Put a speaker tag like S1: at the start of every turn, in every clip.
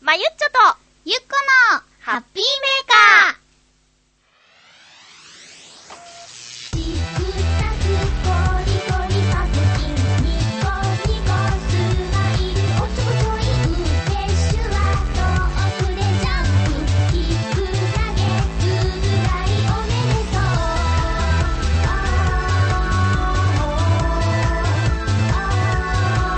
S1: まゆっちょと、
S2: ゆっこの
S1: ハッピーメーカー
S2: 「チクタクゴリゴリパクチン」「ニコニコスマイル」「おちょこちょいウケシュワと遅れジャンプ」「ひくだげうぐらいおめでとう」「あー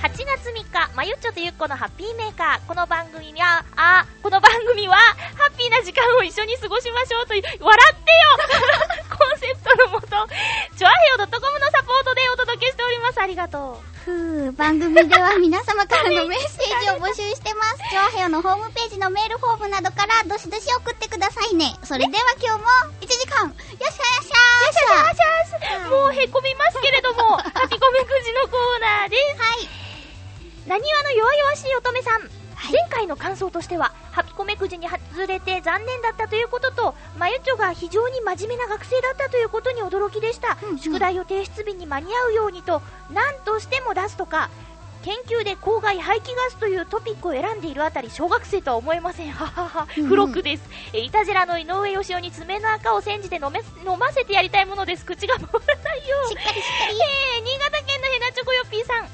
S1: 8月3日、まゆっちょとゆっこのハッピーメーカー。この番組は、あ、この番組は、ハッピーな時間を一緒に過ごしましょうという、笑ってよ コンセプトのもと、ちょあへよ .com のサポートでお届けしております。ありがとう。
S2: ふう番組では皆様からのメッセージを募集して ます。長平のホームページのメールフォームなどからどしどし送ってくださいね。それでは今日も1時間、よっしゃよっしゃーよっしゃーしゃ
S1: もうへこみますけれども、 書き込めくじのコーナーです。
S2: はい。
S1: なにわの弱々しい乙女さん、前回の感想としてはハピコメくじに外れて残念だったということとまゆちょが非常に真面目な学生だったということに驚きでした、
S2: うんうん
S1: 宿題を提出日に間に合うようにと何としても出すとか研究で郊外排気ガスというトピックを選んでいるあたり小学生とは思えませんははは
S2: うんうん
S1: 付録です、えーいたじらの井上芳雄に爪の赤を煎じて飲め飲ませてやりたいものです口が回らないよ
S2: しっかりしっかり。
S1: えー、新潟県のヘナチョコヨッピーさん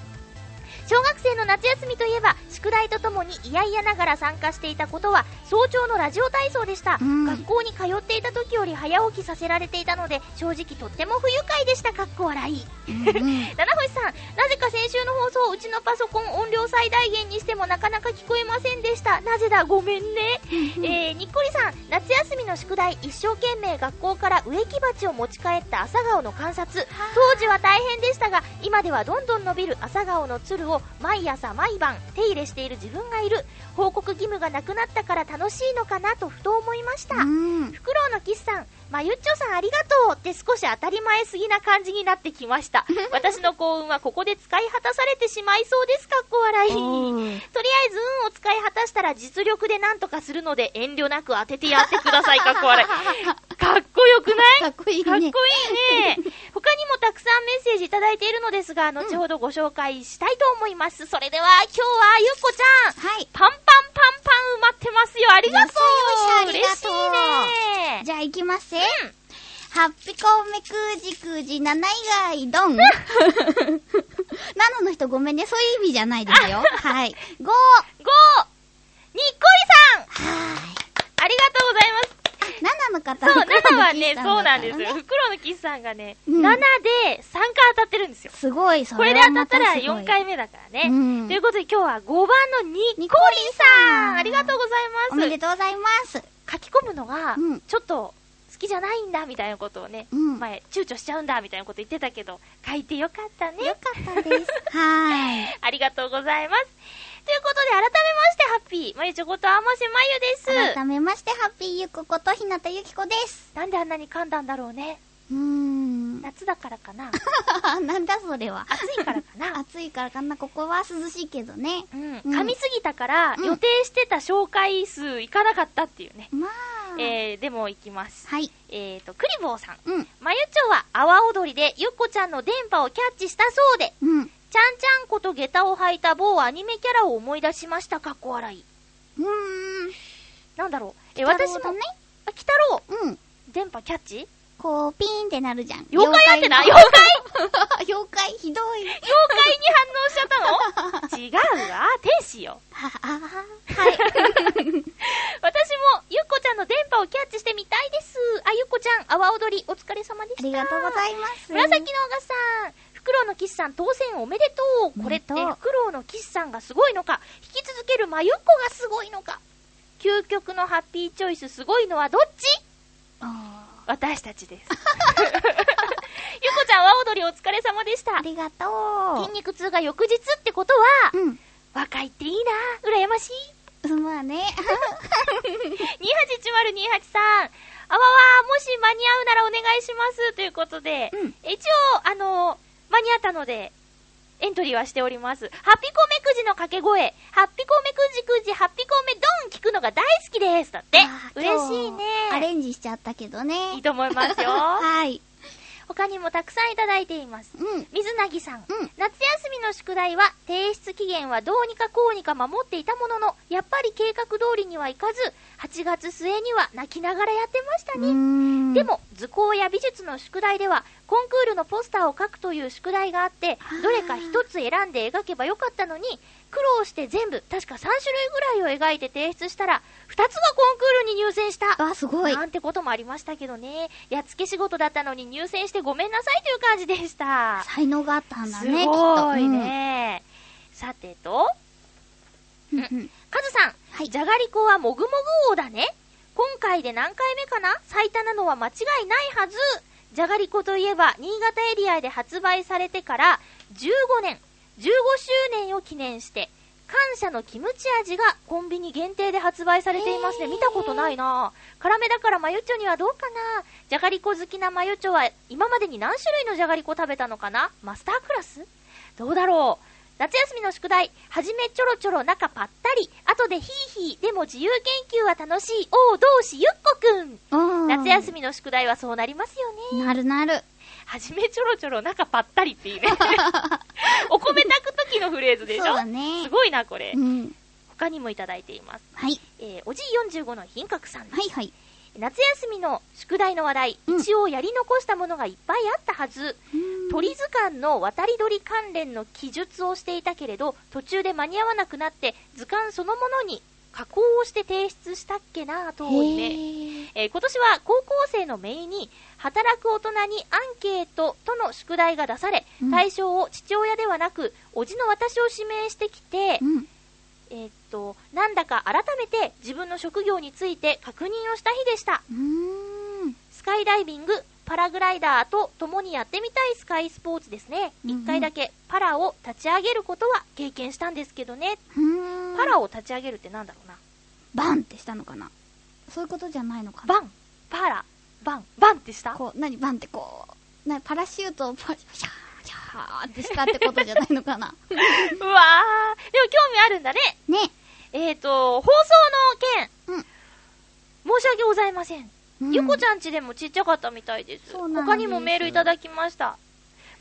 S1: 小学生の夏休みといえば宿題とともに嫌々ながら参加していたことは早朝のラジオ体操でした、
S2: うん
S1: 学校に通っていた時より早起きさせられていたので正直とっても不愉快でしたかっこ笑い七星さんなぜか先週の放送うちのパソコン音量最大限にしてもなかなか聞こえませんでしたなぜだごめんねえー、にっこりさん夏休みの宿題一生懸命学校から植木鉢を持ち帰った朝顔の観察当時は大変でしたが今ではどんどん伸びる朝顔のつるを毎朝毎晩手入れしている自分がいる報告義務がなくなったから楽しいのかなとふと思いました、
S2: うん
S1: フクロウの岸さん、まゆっちょさんありがとうって少し当たり前すぎな感じになってきました。 私の幸運はここで使い果たされてしまいそうです、かっこ笑い。とりあえず運を使い果たしたら実力で何とかするので遠慮なく当ててやってください、かっこ笑 い。かっこよくない
S2: かっこいい
S1: かっこいいね
S2: ね。。
S1: 他にもたくさんメッセージいただいているのですが、後ほどご紹介したいと思います。それでは今日はゆっこちゃん、
S2: はい。
S1: パンパンパンパン埋まってますよ。ありがとう。
S2: よいしょよい
S1: 嬉し
S2: しょ
S1: いね。
S2: じゃあ行きますよ。ハッピコメくじくじ7以外ドン。7の人ごめんね。そういう意味じゃないですよ。 はい。5。
S1: 五、にっこりさん
S2: はい。
S1: ありがとうございます。
S2: 7の方
S1: そう、7は
S2: 黒の
S1: ね、
S2: 岸さ
S1: そうなん
S2: だ
S1: で
S2: から
S1: す
S2: ね
S1: よ。袋のキスさんがね、
S2: うん
S1: 7で3回当たってるんですよ。
S2: すごい、そ
S1: これで
S2: れは
S1: 当た
S2: ま
S1: ったら
S2: すごい
S1: 4。回目だからね。
S2: うん
S1: ということで今日は5番のにっこり
S2: ニコリ
S1: さ
S2: さ
S1: ん
S2: ん
S1: ありがとうござ
S2: お
S1: い
S2: め
S1: ま
S2: でとうございます。
S1: す。書き込むのが
S2: うん、
S1: ちょっと好きじゃないんだみたいなことをね、
S2: うん
S1: 前、躊躇しちゃうんだみたいなこと言ってたけど、書いてよかったね。
S2: よかったです。はーい。
S1: ありがとうございます。ということで、改めまして、ハッピー、まゆちょことあませまゆです。
S2: 改めまして、ハッピーゆっここと、ひなたゆきこです。
S1: なんであんなに噛んだんだろうね。
S2: うーん。
S1: 夏だからか な。
S2: なんだそれは。
S1: 暑いからかな。
S2: 暑いからかな、ここは涼しいけどね。
S1: うん。
S2: うん
S1: 噛みすぎたから、
S2: うん
S1: 予定してた紹介数いかなかったっていうね。
S2: まあ。
S1: えー、でも行きます。
S2: はい。
S1: えーと、クリボーさん。
S2: うん。
S1: まゆちょは阿波踊りでゆっこちゃんの電波をキャッチしたそうで、
S2: うん。
S1: ちゃんちゃんこと下駄を履いた某アニメキャラを思い出しました。かっこ笑い。
S2: うーん。
S1: なんだろう。え、私
S2: なるほど
S1: も、
S2: ね。
S1: あ、鬼太郎、
S2: うん。
S1: 電波キャッチ
S2: こう、ピーンってなるじゃん。
S1: 妖怪やってない
S2: 妖
S1: 妖怪
S2: 怪妖怪ひどい。
S1: 妖怪に反応しちゃったの違うわ、天使よ。
S2: は、あーはい。
S1: 私も、ゆっこちゃんの電波をキャッチしてみたいです。あ、ゆっこちゃん、阿波踊り、お疲れ様でし
S2: あ
S1: た。
S2: りがとうございます。
S1: 紫のおがさん、フクロウの岸さん、当選おめでとう。これって、
S2: おめでとう
S1: フクロウの岸さんがすごいのか、引き続けるまゆっこがすごいのか、究極のハッピーチョイスすごいのはどっち
S2: あー
S1: 私たちです。 ゆっこちゃん、阿波踊りお疲れ様でした
S2: あ。りがと
S1: 筋肉痛が翌日ってことは
S2: う。、うん。
S1: 若いっていいな、羨ましい。
S2: うんまあね。
S1: 281028さん、あわわ、もし間に合うならお願いしますということで、
S2: うん
S1: 一応、あの、間に合ったので、エントリーはしております。ハッピコメくじの掛け声。ハッピコメくじくじ、ハッピコメドン聞くのが大好きです。だって
S2: で。
S1: 嬉しいね。
S2: アレンジしちゃったけどね。。
S1: いいと思いますよ
S2: はい。
S1: 他にもたくさんいただいています。
S2: うん。
S1: 水なぎさん。
S2: うん。
S1: 夏休みの宿題は提出期限はどうにかこうにか守っていたもののやっぱり計画通りにはいかず8月末には泣きながらやってました
S2: う
S1: ね、
S2: ーん
S1: で、も図工や美術の宿題ではコンクールのポスターを書くという宿題があって
S2: あー
S1: どれか一つ選んで描けばよかったのに苦労して全部確か3種類ぐらいを描いて提出したら2つがコンクールに入選した
S2: あ、すごい。
S1: なんてこともありましたけどねやっつけ仕事だったのに入選してごめんなさいという感じでした
S2: 才能があったんだね、
S1: すごい
S2: きっと。
S1: ね、さてと、
S2: うん。うんうん
S1: カズさん、
S2: はい
S1: じゃがりこはもぐもぐ王だね。今回で何回目かな最多なのは間違いないはず。じゃがりこといえば、新潟エリアで発売されてから15年、15周年を記念して、感謝のキムチ味がコンビニ限定で発売されていますね。
S2: へー
S1: 見たことないな辛めだからマヨチョにはどうかなじゃがりこ好きなマヨチョは今までに何種類のじゃがりこ食べたのかなマスタークラスどうだろう夏休みの宿題、はじめちょろちょろ中ぱったり、後でヒーヒー、でも自由研究は楽しい、王同士ゆっこくん。
S2: うん。
S1: 夏休みの宿題はそうなりますよね。
S2: み。なるなる。
S1: はじめちょろちょろ中ぱったりっていうね。 お米炊く時のフレーズでしょ
S2: そうだね
S1: すごいな、これ
S2: う。ん。
S1: 他にもいただいています。
S2: はい。
S1: えー、おじい45の品格さんです
S2: はいはい。
S1: 夏休みの宿題の話題、
S2: うん
S1: 一応やり残したものがいっぱいあったはず。鳥図鑑の渡り鳥関連の記述をしていたけれど途中で間に合わなくなって図鑑そのものに加工をして提出したっけなぁと思いね、
S2: ね。
S1: えー今年は高校生のメイに働く大人にアンケートとの宿題が出され、
S2: うん
S1: 対象を父親ではなくおじの私を指名してきて、
S2: うん。
S1: えーっとなんだか改めて自分の職業について確認をした日でした
S2: うーん。
S1: スカイダイビング、パラグライダーと共にやってみたいスカイスポーツですね。
S2: うんうん
S1: 一、回だけパラを立ち上げることは経験したんですけどね。
S2: うーん
S1: パラを立ち上げるってなんだろうな。
S2: バンってしたのかなそういうことじゃないのかな
S1: バン、パラ、バン、バンってした
S2: こう、何バンってこう、なパラシュートをパシャーシャーってしたってことじゃない のかな
S1: うわー。でも興味あるんだね。
S2: ね。
S1: えっ、ー、と、放送の件。
S2: うん
S1: 申し訳ございません。
S2: う
S1: ゆこちゃんちでもちっちゃかったみたいです。
S2: そうなんで
S1: 他
S2: す
S1: にもメールいただきました。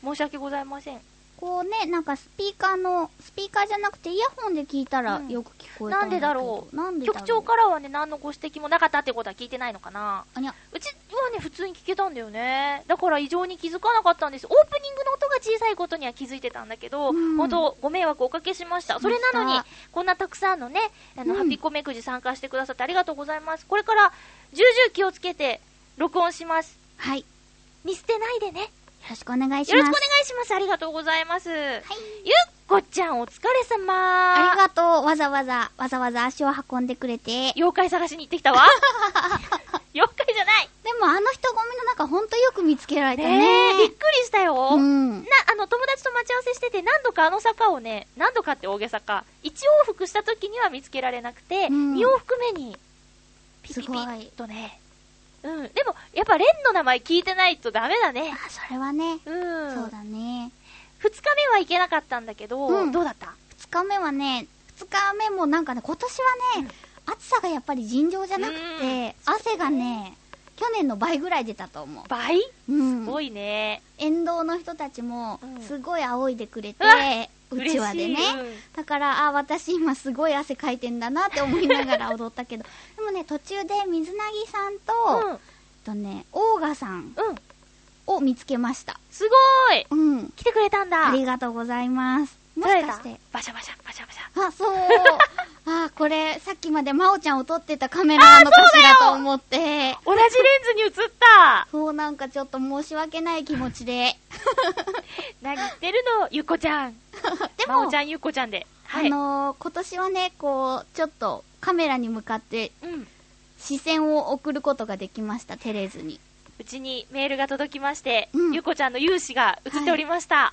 S1: 申し訳ございません。
S2: こうね、なんかスピーカーの、スピーカーじゃなくてイヤホンで聞いたら
S1: うん
S2: よく聞こえた
S1: なんでだろう
S2: なんでだろ
S1: 局
S2: う
S1: 長からはね、何のご指摘もなかったってことは聞いてないのかな。
S2: あにゃ、
S1: うちはね、普通に聞けたんだよね。だから異常に気づかなかったんです。オープニングの音が小さいことには気づいてたんだけど、
S2: うん
S1: 本当ご迷惑おかけしました。
S2: し
S1: そ
S2: ま
S1: れ
S2: した
S1: なのに、こんなたくさんのね、あの、
S2: うん
S1: ハピコメくじ参加してくださってありがとうございます。これから、重々気をつけて、録音します。
S2: はい。よ
S1: 見捨てないでね。よ
S2: ろしくお願い
S1: ろし
S2: し
S1: くお
S2: ます。
S1: 願いします。ありがとうございます。
S2: はい。
S1: ゆっこちゃん、お疲れ様。
S2: ありがとう。わざわざ、わざわざ足を運んでくれて。で
S1: 妖怪探しに行ってきた わ。妖怪じゃない。
S2: もあの人混みの中ほんとよく見つけられたね。
S1: ねえ、びっくりしたよ。
S2: うん。
S1: な、あの、友達と待ち合わせしてて、何度かあの坂をね、何度かって大げさか、1往復した時には見つけられなくて、
S2: うん
S1: 2往復目に、ピピ
S2: す
S1: ピ
S2: ごい
S1: ッとね。うん。でも、やっぱ、レンの名前聞いてないとダメだね。
S2: あ、それはね。
S1: う。
S2: そうんだね。
S1: 二日目は行けなかったんだけど、
S2: うん
S1: どうだった
S2: 二日目はね、二日目もなんかね、今年はね、暑さがやっぱり尋常じゃなくて、汗がね、去年の倍ぐらい出たと思う。
S1: 倍
S2: うん。
S1: 多いね。
S2: 沿道の人たちも
S1: うん、
S2: すごい仰いでくれて
S1: うわ、
S2: うちわでね
S1: 嬉。しいうん
S2: だから、あ、私今すごい汗かいてんだなって思いながら踊った けど、でもね、途中で水なぎさんと、えっとね、オーガさん
S1: うん。うん。
S2: を見つけました。
S1: すごーい。
S2: うん。
S1: 来てくれたんだ。
S2: ありがとうございます。もしかし
S1: 撮れ
S2: て
S1: た、バシャバシャ、バシャバシャ。
S2: あ、そう。あ、これ、さっきまで真央ちゃんを撮ってたカメラなのかしらと思って。
S1: 同じレンズに映った。
S2: そう、なんかちょっと申し訳ない気持ちで。
S1: 何言ってるのゆっこちゃん。
S2: で
S1: まお
S2: も、
S1: ちゃん、ゆっこちゃんで。
S2: あ
S1: はい。
S2: のー今年はね、こう、ちょっとカメラに向かって
S1: うん。
S2: 視線を送ることができました、テレーズに。
S1: うちにメールが届きまして、
S2: うん
S1: ゆっこちゃんの勇姿が映っておりました。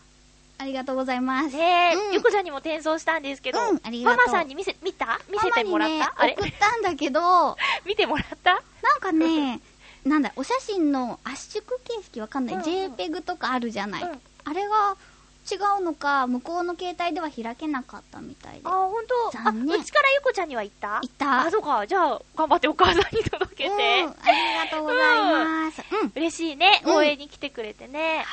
S2: ありがとうございます。
S1: ねえ、
S2: うん
S1: ゆっこちゃんにも転送したんですけど、
S2: うんありが
S1: マ
S2: とう
S1: マさんに見せ、見た見せてもらった、
S2: ママ
S1: あ
S2: にね
S1: れ、
S2: 送ったんだけど、なん
S1: 見てもらった
S2: かね、なんだ、お写真の圧縮形式わかんない、
S1: うんうん
S2: JPEG とかあるじゃない。
S1: うん
S2: あれが、違うのか、向こうの携帯では開けなかったみたいで
S1: あ、。ほんと。あ、
S2: 残念
S1: うちからゆこちゃんには行った
S2: 行った
S1: あ、そうか。じゃあ、頑張ってお母さんに届けて。
S2: うんありがとうございます。うん。
S1: 嬉しいね。
S2: うん
S1: 応援に来てくれてね。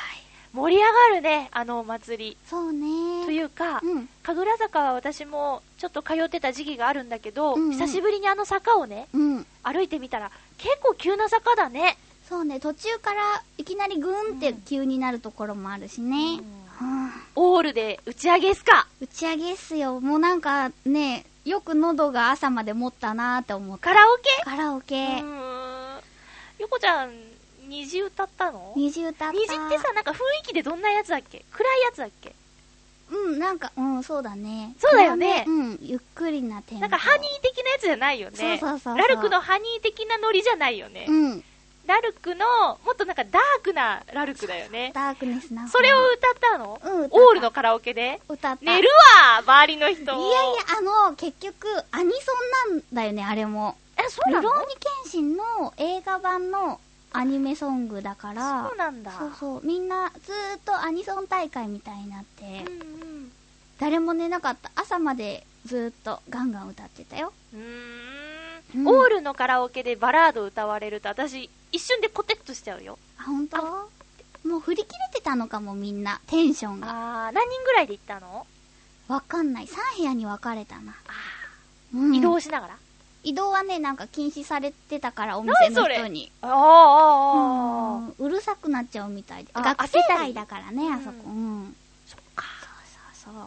S1: 盛り上がるね、あのお祭り。
S2: そう
S1: と
S2: ね。
S1: いうか、
S2: うん。
S1: 神楽坂は私もちょっと通ってた時期があるんだけど、
S2: うんうん
S1: 久しぶりにあの坂をね、
S2: うん。
S1: 歩いてみたら、結構急な坂だね。
S2: そうね、途中からいきなりグーンって急になるところもあるしね。うん
S1: オールで打ち上げっすか。
S2: 打ち上げっすよ。もうなんかね、よく喉が朝まで持ったなーって思った。
S1: カラオケ
S2: カラオケ、
S1: うーん。ゆこちゃん、虹歌ったの虹っ
S2: 虹歌った。
S1: てさ、なんか雰囲気でどんなやつだっけ暗いやつだっけ
S2: うん、なんか、うん、そうだね。
S1: そうだよね
S2: うん、ゆっくりなテンポ。
S1: なんかハニー的なやつじゃないよね。
S2: そうそうそうそう
S1: ラルクのハニー的なノリじゃないよね。
S2: うん、
S1: ラルクの、もっとなんかダークなラルクだよね。
S2: ダークネスな。
S1: それを歌ったの、
S2: うん歌った
S1: オールのカラオケで
S2: 歌った。
S1: 寝るわ周りの人。いや
S2: いやいや、あの、結局、アニソンなんだよね、あれも。
S1: え、そう
S2: ル
S1: な
S2: ロ
S1: の
S2: ーニケンシンの映画版のアニメソングだから、
S1: そうなんだ。
S2: そうそうみんなずーっとアニソン大会みたいになって、
S1: うん
S2: 誰も寝なかった。朝までずーっとガンガン歌ってたよ。
S1: うん。うー
S2: うん
S1: ん。オールのカラオケでバラード歌われると私、一瞬でコテッとしちゃうよ。
S2: あ、本当？もう振り切れてたのかもみんな、テンションが。
S1: あー、何人ぐらいで行ったの
S2: わかんない。3部屋に分かれたな。
S1: あ
S2: うん
S1: ー移動しながら。
S2: 移動はね、なんか禁止されてたから、お店の人に。
S1: あー
S2: う
S1: あーあー。
S2: んうるさくなっちゃうみたいで。
S1: あ
S2: 学生街だからね、
S1: 焦っ
S2: あ
S1: たり
S2: そこ。うん。
S1: そっか。
S2: そうそ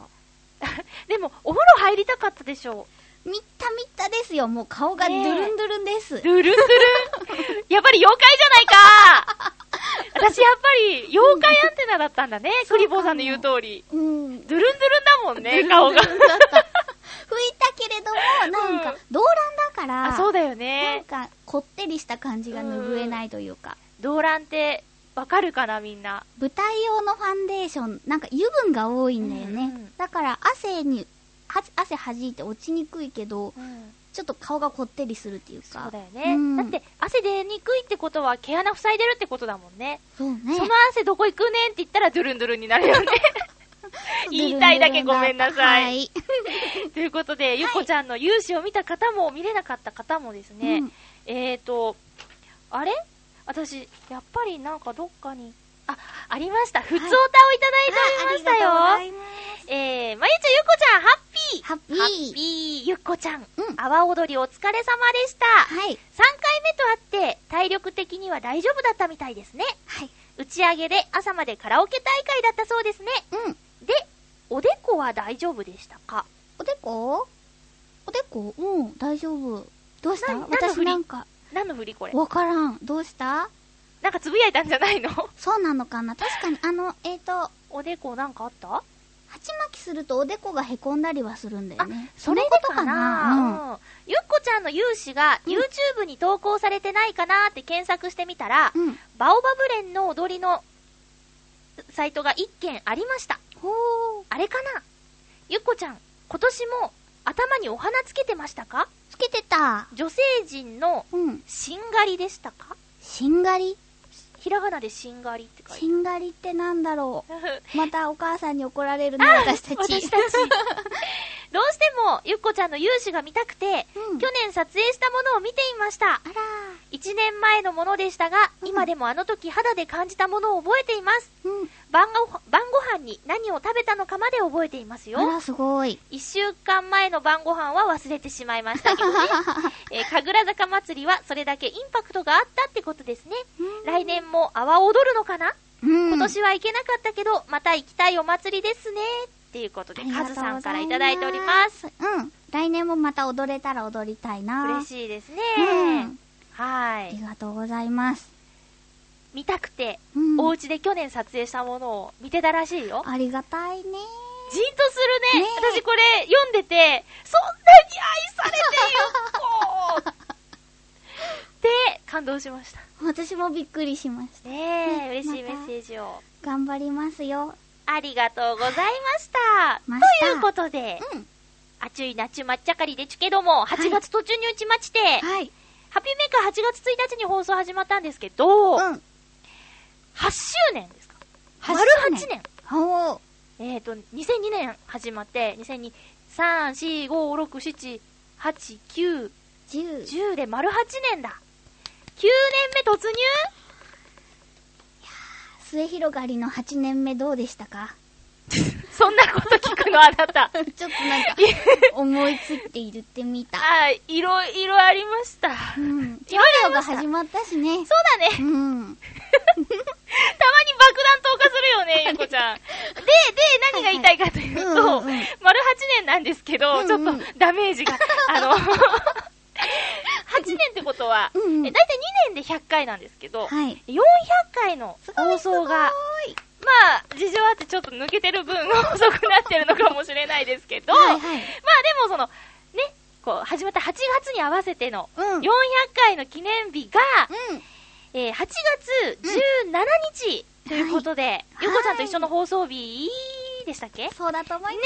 S2: う。
S1: でも、お風呂入りたかったでしょ
S2: みったみったですよ。もう顔がドゥルンドゥルンです。
S1: ルル ルルンやっぱり妖怪じゃないか私やっぱり妖怪アンテナだったんだね、クリボーさんの言う通り。
S2: うん。
S1: ドゥルンドゥルンだもんね、
S2: ド
S1: 顔
S2: ゥルン
S1: が
S2: ドゥ。ルンだった。吹いたけれども、なん
S1: うん
S2: か、動乱だ
S1: あ、
S2: から、
S1: そうだよ
S2: なん
S1: ね。
S2: か、こってりした感じが拭えないというか。
S1: 動乱って、わかるかな、みんな。
S2: 舞台用のファンデーション、なんか油分が多いんだよね。
S1: うんうん
S2: だから汗に、は汗弾いて落ちにくいけど、ちょっと顔がこってりするっていう
S1: そ
S2: か。
S1: うだよね。
S2: うん
S1: だって、汗出にくいってことは、毛穴塞いでるってことだもんね。
S2: そうね。
S1: その汗どこ行くねんって言ったら、ドゥルンドゥルンになる よね。言いたいだけごめんなさい
S2: はい。
S1: ということで、ゆっこちゃんの勇姿を見た方も、見れなかった方もですね、
S2: うん
S1: えーと、あれ私、やっぱりなんかどっかに、あ、ありました。普通歌をいただいておりましたよ。
S2: あありがとうございま
S1: えー、まゆちゃん、ゆっこちゃん、ハッピー
S2: すハッピー。
S1: ハッピー、ゆっこちゃん。
S2: うん
S1: 阿波踊りお疲れ様でした。
S2: は
S1: 3
S2: い。
S1: 回目とあって、体力的には大丈夫だったみたいですね。
S2: はい。
S1: 打ち上げで朝までカラオケ大会だったそうですね。
S2: うん。
S1: で、おでこは大丈夫でしたか
S2: おでこおでこうん、大丈夫。どうした
S1: な何の振
S2: 私
S1: り
S2: なんか、
S1: 何の振りこれ
S2: わからん。どうした
S1: なんかつぶやいたんじゃないの
S2: そうなのかな確かに、あの、えっ、と、は
S1: おでこなんかあった
S2: ちまきするとおでこがへこんだりはするんだよね。
S1: それ
S2: の
S1: で
S2: こと
S1: かな
S2: うん。
S1: うんゆっこちゃんの勇姿が
S2: うん
S1: YouTube に投稿されてないかなって検索してみたら、
S2: うん。
S1: バオバブレンの踊りのサイトが1件ありました。
S2: ほー。
S1: あれかなゆっこちゃん、今年も頭にお花つけてましたか
S2: つけてた。
S1: 女性陣の
S2: うん。
S1: しんがりでしたか
S2: しんがり
S1: ひらがなでしんがりって書い
S2: してんがりってなんだろ
S1: ある。
S2: う。またお母さんに怒られるね、私たち。
S1: 私たち。 どうしても、ゆっこちゃんの勇姿が見たくて、
S2: うん
S1: 去年撮影したものを見ていました。
S2: あら
S1: 1年前のものでしたが、
S2: うん
S1: 今でもあの時肌で感じたものを覚えています。
S2: うん。
S1: 晩ご晩ご飯に何を食べたのかまで覚えていますよ
S2: あ。ら、すごい。
S1: 1週間前の晩ご飯は忘れてしまいましたけど ね。えー神楽坂祭りはそれだけインパクトがあったってことですね。来年も阿波踊るのかな
S2: うん、
S1: 今年は行けなかったけど、また行きたいお祭りですね。っていうことで、カズさんからいただいております。
S2: す。うん。来年もまた踊れたら踊りたいな。
S1: 嬉
S2: い。
S1: しいですね。
S2: うん。
S1: は
S2: あ
S1: い
S2: り。がとうございます。
S1: 見たくて、
S2: うん。
S1: お家で去年撮影したものを見てたらしいよ。
S2: ありがたいね。
S1: じんとするね。
S2: ねえ
S1: 私これ読んでて、そんなに愛されてゆっこ って感動しました。
S2: 私もびっくりしました。
S1: ねえ、嬉しい
S2: ま
S1: メ
S2: た
S1: ッセージを。
S2: 頑張りますよ。
S1: ありがとうございました。
S2: ました
S1: ということで、
S2: うん。
S1: あちゅいなちゅまっちゃかりでちゅけども、
S2: い
S1: 8月途中にうちまちて、
S2: はい。
S1: ハッピーメーカー8月1日に放送始まったんですけど、
S2: うん。
S1: 8周年ですか
S2: 8周
S1: 丸
S2: 年
S1: 8年
S2: おー。
S1: えっ、と、2002年始まって、2002、3、4、5、6、7、8、9、
S2: 10
S1: 10で丸8年だ。9年目突入
S2: 末広がりの8年目どうでし たか
S1: そんなこと聞くの あなた。
S2: ちょっとなんか、思いついて言ってみた。
S1: あーいろいろありました。
S2: う。
S1: そうんいろいろあ
S2: ラジオ
S1: りまし
S2: が
S1: た
S2: 始まったしね。
S1: だね。
S2: う
S1: たまに
S2: ん。
S1: 爆弾投下するよね、ゆうこちゃん。で、で、何が言いたいかというと、
S2: うんうんうん
S1: 丸8年なんですけど、
S2: うん
S1: ちょ
S2: うん
S1: っとダメージが、あ の、8年ってことは、
S2: うんうん
S1: え大体2年で100回なんですけど、
S2: はい。
S1: 400回の放送が、まあ、事情あってちょっと抜けてる分遅くなってるのかもしれないですけど、
S2: はいはい
S1: まあでもその、ね、こう、始まった8月に合わせての、
S2: うん。
S1: 400回の記念日が、
S2: うん。
S1: えー8月17日ということで、
S2: はい
S1: ゆうこちゃんと一緒の放送日でしたっけ、
S2: そうだと思いま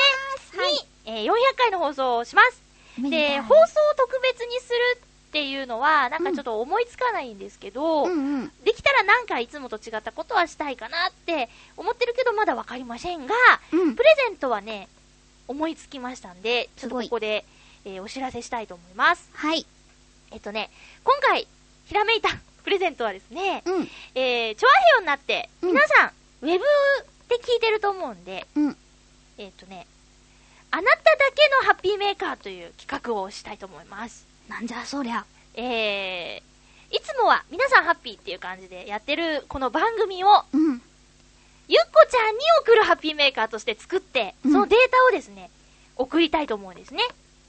S2: す。はい。
S1: に、えー400回の放送をします。
S2: めでた
S1: で、
S2: い
S1: 放送を特別にするっていうのは、なんかちょっと思いつかないんですけど、
S2: うんうん。
S1: できたらなんかいつもと違ったことはしたいかなって思ってるけどまだわかりませんが、
S2: うん
S1: プ。レゼントはね、思いつきましたんで、ちょっ
S2: す
S1: と
S2: ご
S1: こ
S2: い
S1: こで、えーお知らせしたいと思います。
S2: はい。
S1: えっとね、今回、ひらめいたプレゼントはですね、
S2: うん。
S1: えー、チョアヘヨになって、
S2: うん
S1: 皆さん、ウェブで聞いてると思うんで、
S2: うん。
S1: えっとね、あなただけのハッピーメーカーという企画をしたいと思います。
S2: なんじゃそりゃ。
S1: えー、いつもは皆さんハッピーっていう感じでやってるこの番組を
S2: うん。
S1: ゆっこちゃんに送るハッピーメーカーとして作って、
S2: うん
S1: そのデータをですね、送りたいと思うんですね。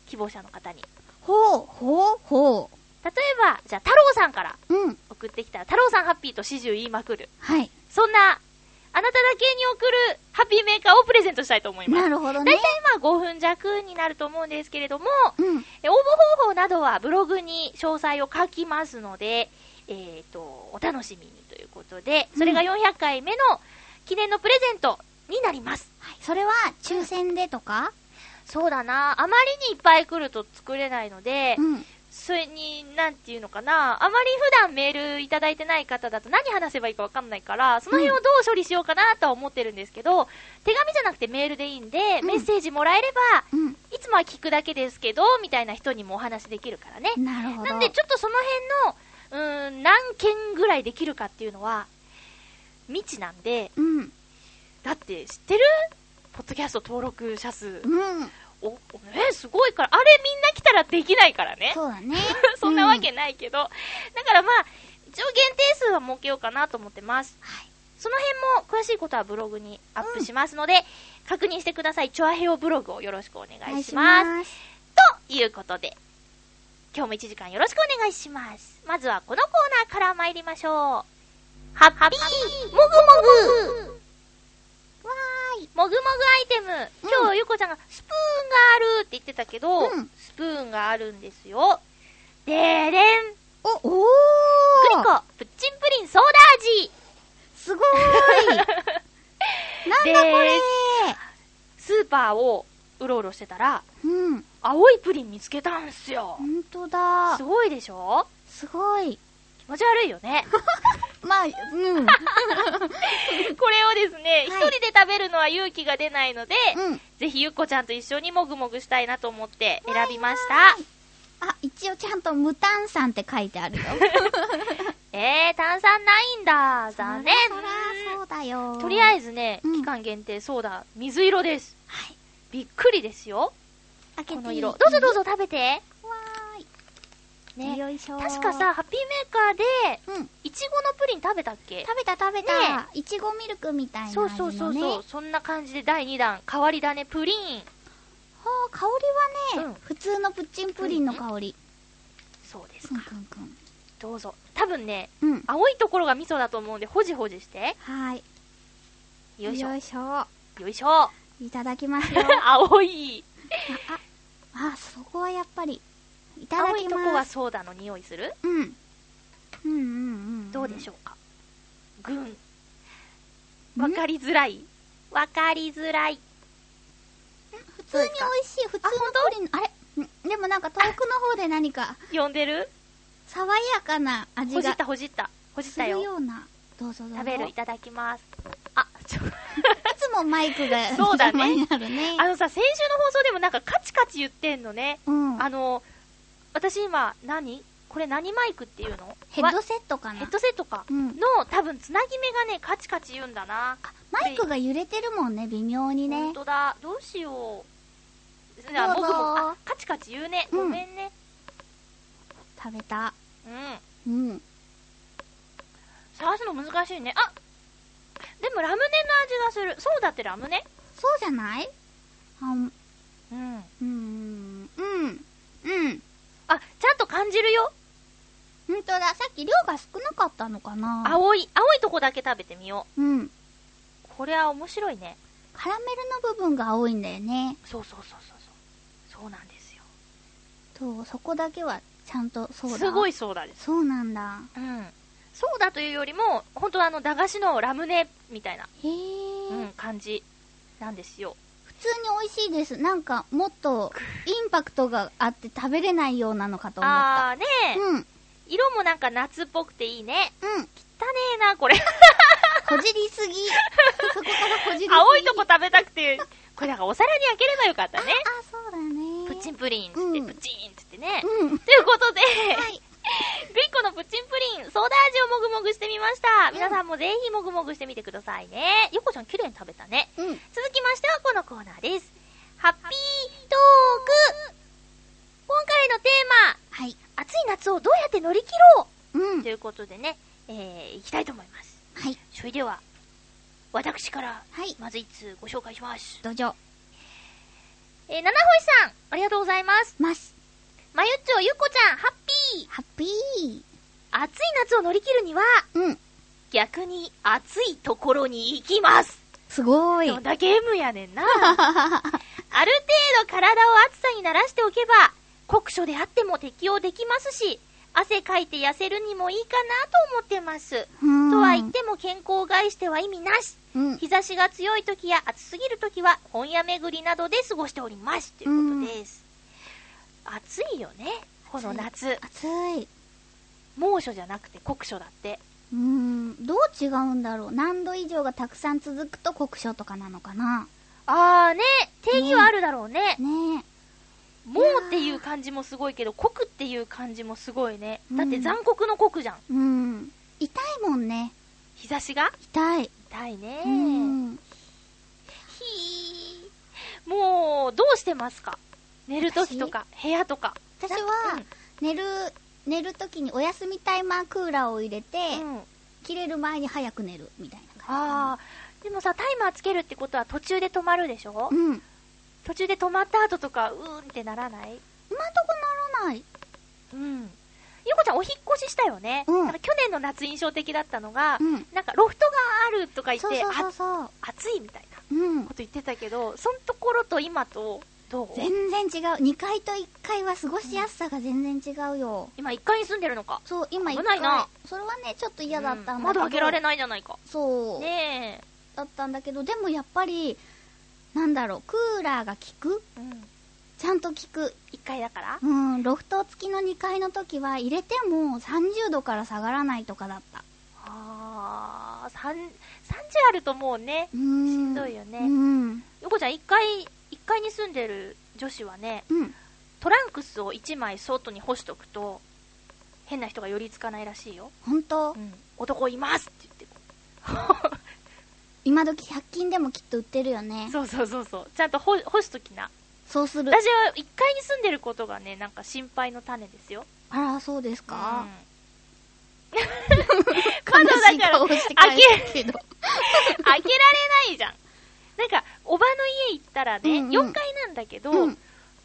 S1: 希望者の方に。
S2: ほう、ほう、ほ
S1: 例えば、じゃあ太郎さんから
S2: う。うん。
S1: 送ってきたら、太郎さんハッピーと始終言いまくる。
S2: はい。
S1: そんな、あなただけに送るハッピーメーカーをプレゼントしたいと思います。
S2: なるほどね
S1: 大体。まあ5分弱になると思うんですけれども、
S2: うん。
S1: え応募方法などはブログに詳細を書きますので、えっ、と、お楽しみにということで、それが400回目の記念のプレゼントになります。
S2: それは、抽選でとか
S1: そうだな。あまりにいっぱい来ると作れないので、
S2: うん。
S1: それに、なんていうのかな。あまり普段メールいただいてない方だと何話せばいいかわかんないから、その辺をどう処理しようかなとは思ってるんですけど、手紙じゃなくてメールでいいんで、
S2: うん
S1: メッセージもらえれ
S2: うん。
S1: ば、いつもは聞くだけですけど、みたいな人にもお話できるからね。
S2: なるほど。
S1: なんでちょっとその辺の、うーん、何件ぐらいできるかっていうのは、未知なんで、
S2: うん。
S1: だって知ってるポッドキャスト登録者数。
S2: うん。
S1: お、ね、すごいから、あれみんな来たらできないからね。。
S2: そうだね
S1: そんなわけないけど。だからまあ、一応限定数は設けようかなと思ってます。
S2: はい
S1: その辺も詳しいことはブログにアップしますので、確認してください。チョアヘオブログをよろしくお願
S2: うん。お願
S1: い
S2: い
S1: し
S2: し
S1: ます。
S2: ます。
S1: ということで、今日も1時間よろしくお願いします。まずはこのコーナーから参りましょう。ハッピーもぐもぐ
S2: わーい。
S1: もぐもぐアイテム。
S2: うん
S1: 今日、ゆこちゃんがスプーンがあるって言ってたけど、
S2: うん
S1: スプーンがあるんですよ。でーれん。
S2: お、お
S1: グリ
S2: ー
S1: コ、プッチンプリンソーダ味。
S2: すごーいなんだこれ
S1: スーパーをうろうろしてたら、
S2: うん。
S1: 青いプリン見つけたんすよ
S2: ほ。んとだ
S1: す。ごいでしょ
S2: すごい。
S1: 気持ち悪いよね。
S2: まあ、うん。
S1: これをですね、一、
S2: はい
S1: 人で食べるのは勇気が出ないので、
S2: うん。
S1: ぜひゆっこちゃんと一緒にもぐもぐしたいなと思って選びまし
S2: は
S1: た
S2: い。あ、一応ちゃんと無炭酸って書いてあるよ。
S1: えー、炭酸ないんだ。残 念。
S2: そらそらそうだよ。
S1: とりあ
S2: ず。
S1: えずね、
S2: うん
S1: 期間限定ソーダ、水色です。
S2: はい。
S1: びっくりですよ。
S2: 開けてい
S1: こ
S2: い
S1: の色。どうぞどうぞ食べて。
S2: わーい。
S1: ね。
S2: よいしょ。
S1: 確か、さ、ハッピーメーカーで、
S2: うん。
S1: いちごのプリン食べたっけ
S2: 食べた食べ
S1: ね
S2: た。いちごミルクみたいな味
S1: そ
S2: の
S1: う
S2: ね。
S1: そうそうそう。そんな感じで第2弾、変わり種プリン。
S2: ほう、香りは
S1: うん
S2: ね、普通のプッチンプリンの香り。
S1: そうです
S2: く
S1: か。
S2: んくんくん。
S1: どうぞ。多分ね、
S2: うん。
S1: 青いところが味噌だと思うんで、ほじほじして。
S2: はい。
S1: よいしょ。
S2: いしょ。
S1: よいしょ。
S2: いただきますよ。
S1: 青い。
S2: あ、あ、あそこはやっぱり。いただ
S1: 青い
S2: き
S1: と
S2: ます。
S1: こはソーダの匂いする
S2: うん。うんうんうん。
S1: どうでし
S2: ょ
S1: ょうか。ぐん。
S2: ん
S1: わかりづらい。わかりづらい。
S2: 普通に美味しい。普通のプリンの、あれんでもなんか遠くの方で何か
S1: 呼んでる
S2: 爽やかな
S1: ほ
S2: 味
S1: じ
S2: が
S1: ったほじった。ほじっ
S2: す
S1: た
S2: る
S1: よ。
S2: ような。どうぞどうぞ。
S1: 食べる、いただきます。あ、ちょ、
S2: いつもマイク が
S1: そう だね
S2: 邪魔になるね。
S1: あのさ、先週の放送でもなんかカチカチ言ってんのね。
S2: うん。
S1: あの、私今、何これ何マイクっていうの
S2: ヘッド
S1: わ
S2: セットかな。
S1: ヘッドセットか。
S2: うん。
S1: の、多分、つなぎ目がね、カチカチ言うんだな。
S2: マイクが揺れてるもんね、微妙に
S1: 本
S2: ね。
S1: 当だ。どうしよう。
S2: どうぞ
S1: 僕も、あ、カチカチ言うね。
S2: うん
S1: ごめんね。
S2: 食べた。
S1: うん。
S2: うん。
S1: 探すの難しいね。あでもラムネの味がする。そうだってラムネ
S2: そうじゃないあん、
S1: うん。
S2: うん、うん、うん。
S1: あ、ちゃんと感じるよ。
S2: ほんとだ。さっき量が少なかったのかな
S1: 青い、青いとこだけ食べてみよ
S2: うん。
S1: う。これは面白いね。
S2: カラメルの部分が青いんだよね。
S1: そうそうそうそうそう。そうなんですよ。
S2: そう、そこだけはちゃんとそうだ。
S1: すご
S2: い。
S1: いソーダです。
S2: そうなんだ。
S1: うん。ソーダというよりも、本当あの、駄菓子のラムネみたいな、
S2: へー。
S1: うん、感じなんですよ。
S2: 普通に美味しいです。なんか、もっと、インパクトがあって食べれないようなのかと思った。
S1: あーねえ、
S2: うん、うん。
S1: 色もなんか夏っぽくていいね。汚ねえな、こ れ。
S2: こじ りすぎ。そこからこじりすぎ。
S1: 青いとこ食べたくて、これなんかお皿に開ければよかったね。
S2: あ、そうだね。
S1: プチンプリンっつって、
S2: うん
S1: プチーンっつってね。
S2: うん。
S1: ということで、
S2: はい。
S1: ビッコのプチンプリン、ソーダ味をもぐもぐしてみました。皆さんもぜひもぐもぐしてみてくださいね。よこちゃん綺麗に食べたね。
S2: うん。
S1: 続きましてはこのコーナーです。ハッピートーク今回のテー
S2: はい。
S1: マ、暑い夏をどうやって乗り切ろ
S2: う。
S1: うんということでね、えー、いきたいと思います。
S2: はい。
S1: それでは、私から、
S2: はい。
S1: まず一通ご紹介します。
S2: どうぞ。
S1: えー、七星さん、ありがとうございます。
S2: ます。
S1: まゆっちょ、ゆっこちゃん、ハッピー
S2: ハッピー。
S1: 暑い夏を乗り切るには、
S2: うん。
S1: 逆に暑いところに行きます。
S2: すごい。
S1: どんだけ M やね んな。ある程度体を暑さに慣らしておけば、酷暑であっても適応できますし、汗かいて痩せるにもいいかなと思ってます。
S2: うん
S1: とは言っ。ても健康を害しては意味なし。
S2: うん。
S1: 日差しが強い時や暑すぎる時は本屋巡りなどで過ごしております。ということです。暑いよね、この夏。
S2: 暑い。
S1: 猛暑じゃなくて酷暑だって。
S2: うん。どう違うんだろう。何度以上がたくさん続くと酷暑とかなのかな。
S1: あーね、定義はあるだろうね。
S2: ね
S1: もうっていう感じもすごいけど、酷っていう感じもすごいね。だって
S2: うん
S1: 残酷の酷じゃん。
S2: え。うん。痛いもんね。
S1: 日差しが
S2: 痛い。
S1: 痛いうね。
S2: ん。
S1: ひー。もう、どうしてますか寝るときとか、部屋とか。
S2: 私は、寝る、寝る時にお休みタイマークーラーを入れて、
S1: うん。うん
S2: 切れる前に早く寝る、みたいな感
S1: あー。でもさ、タイマーつけるってことは途中で止まるでしょ
S2: じ。うん。
S1: 途中で止まった後とか、うーんってならない
S2: 今んとこならない。
S1: うん。ゆうこちゃん、お引っ越ししたよね。
S2: うん
S1: なんか去年の夏印象的だったのが、
S2: うん。
S1: なんかロフトがあるとか言っ
S2: そう
S1: て、
S2: そうそ
S1: あ
S2: うそう。
S1: 暑いみたいな。
S2: うん
S1: こ。と言ってたけど、そのところと今と、どう
S2: 全然違う2階と1階は過ごしやすさが全然違うよ、
S1: 今1階に住んでるのか。
S2: そう今1
S1: 危
S2: 階
S1: ないな
S2: それはねちょっと嫌だったんだけ
S1: う
S2: ど、
S1: ん窓開けられないじゃないか。
S2: そう、
S1: ね
S2: だったんだけどでもやっぱりなんだろうクーラーが効く
S1: え。うん。
S2: ちゃんと効く
S1: 1階だから
S2: うんロフト付きの2階の時は入れても30度から下がらないとかだった
S1: あー、3、30あるともうね、
S2: う
S1: し
S2: ん
S1: んどいよ
S2: う
S1: ね。
S2: ん
S1: よこちゃん、1階、一階に住んでる女子はね、
S2: うん
S1: トランクスを1枚外に干しとくと、変な人が寄りつかないらしいよ。
S2: 本当
S1: うん。男いますって言って
S2: 今時100均でもきっと売ってるよね
S1: そうそうそうそう。ちゃんと干干しときな。
S2: そうする
S1: 私は1階に住んでることがね、なんか心配の種ですよ。
S2: あらそうですか、
S1: うん
S2: 悲しい顔して帰る
S1: 開けら
S2: けど
S1: れないじゃん。なんか、おばの家行ったらね、
S2: うんうん
S1: 4階なんだけど、
S2: うん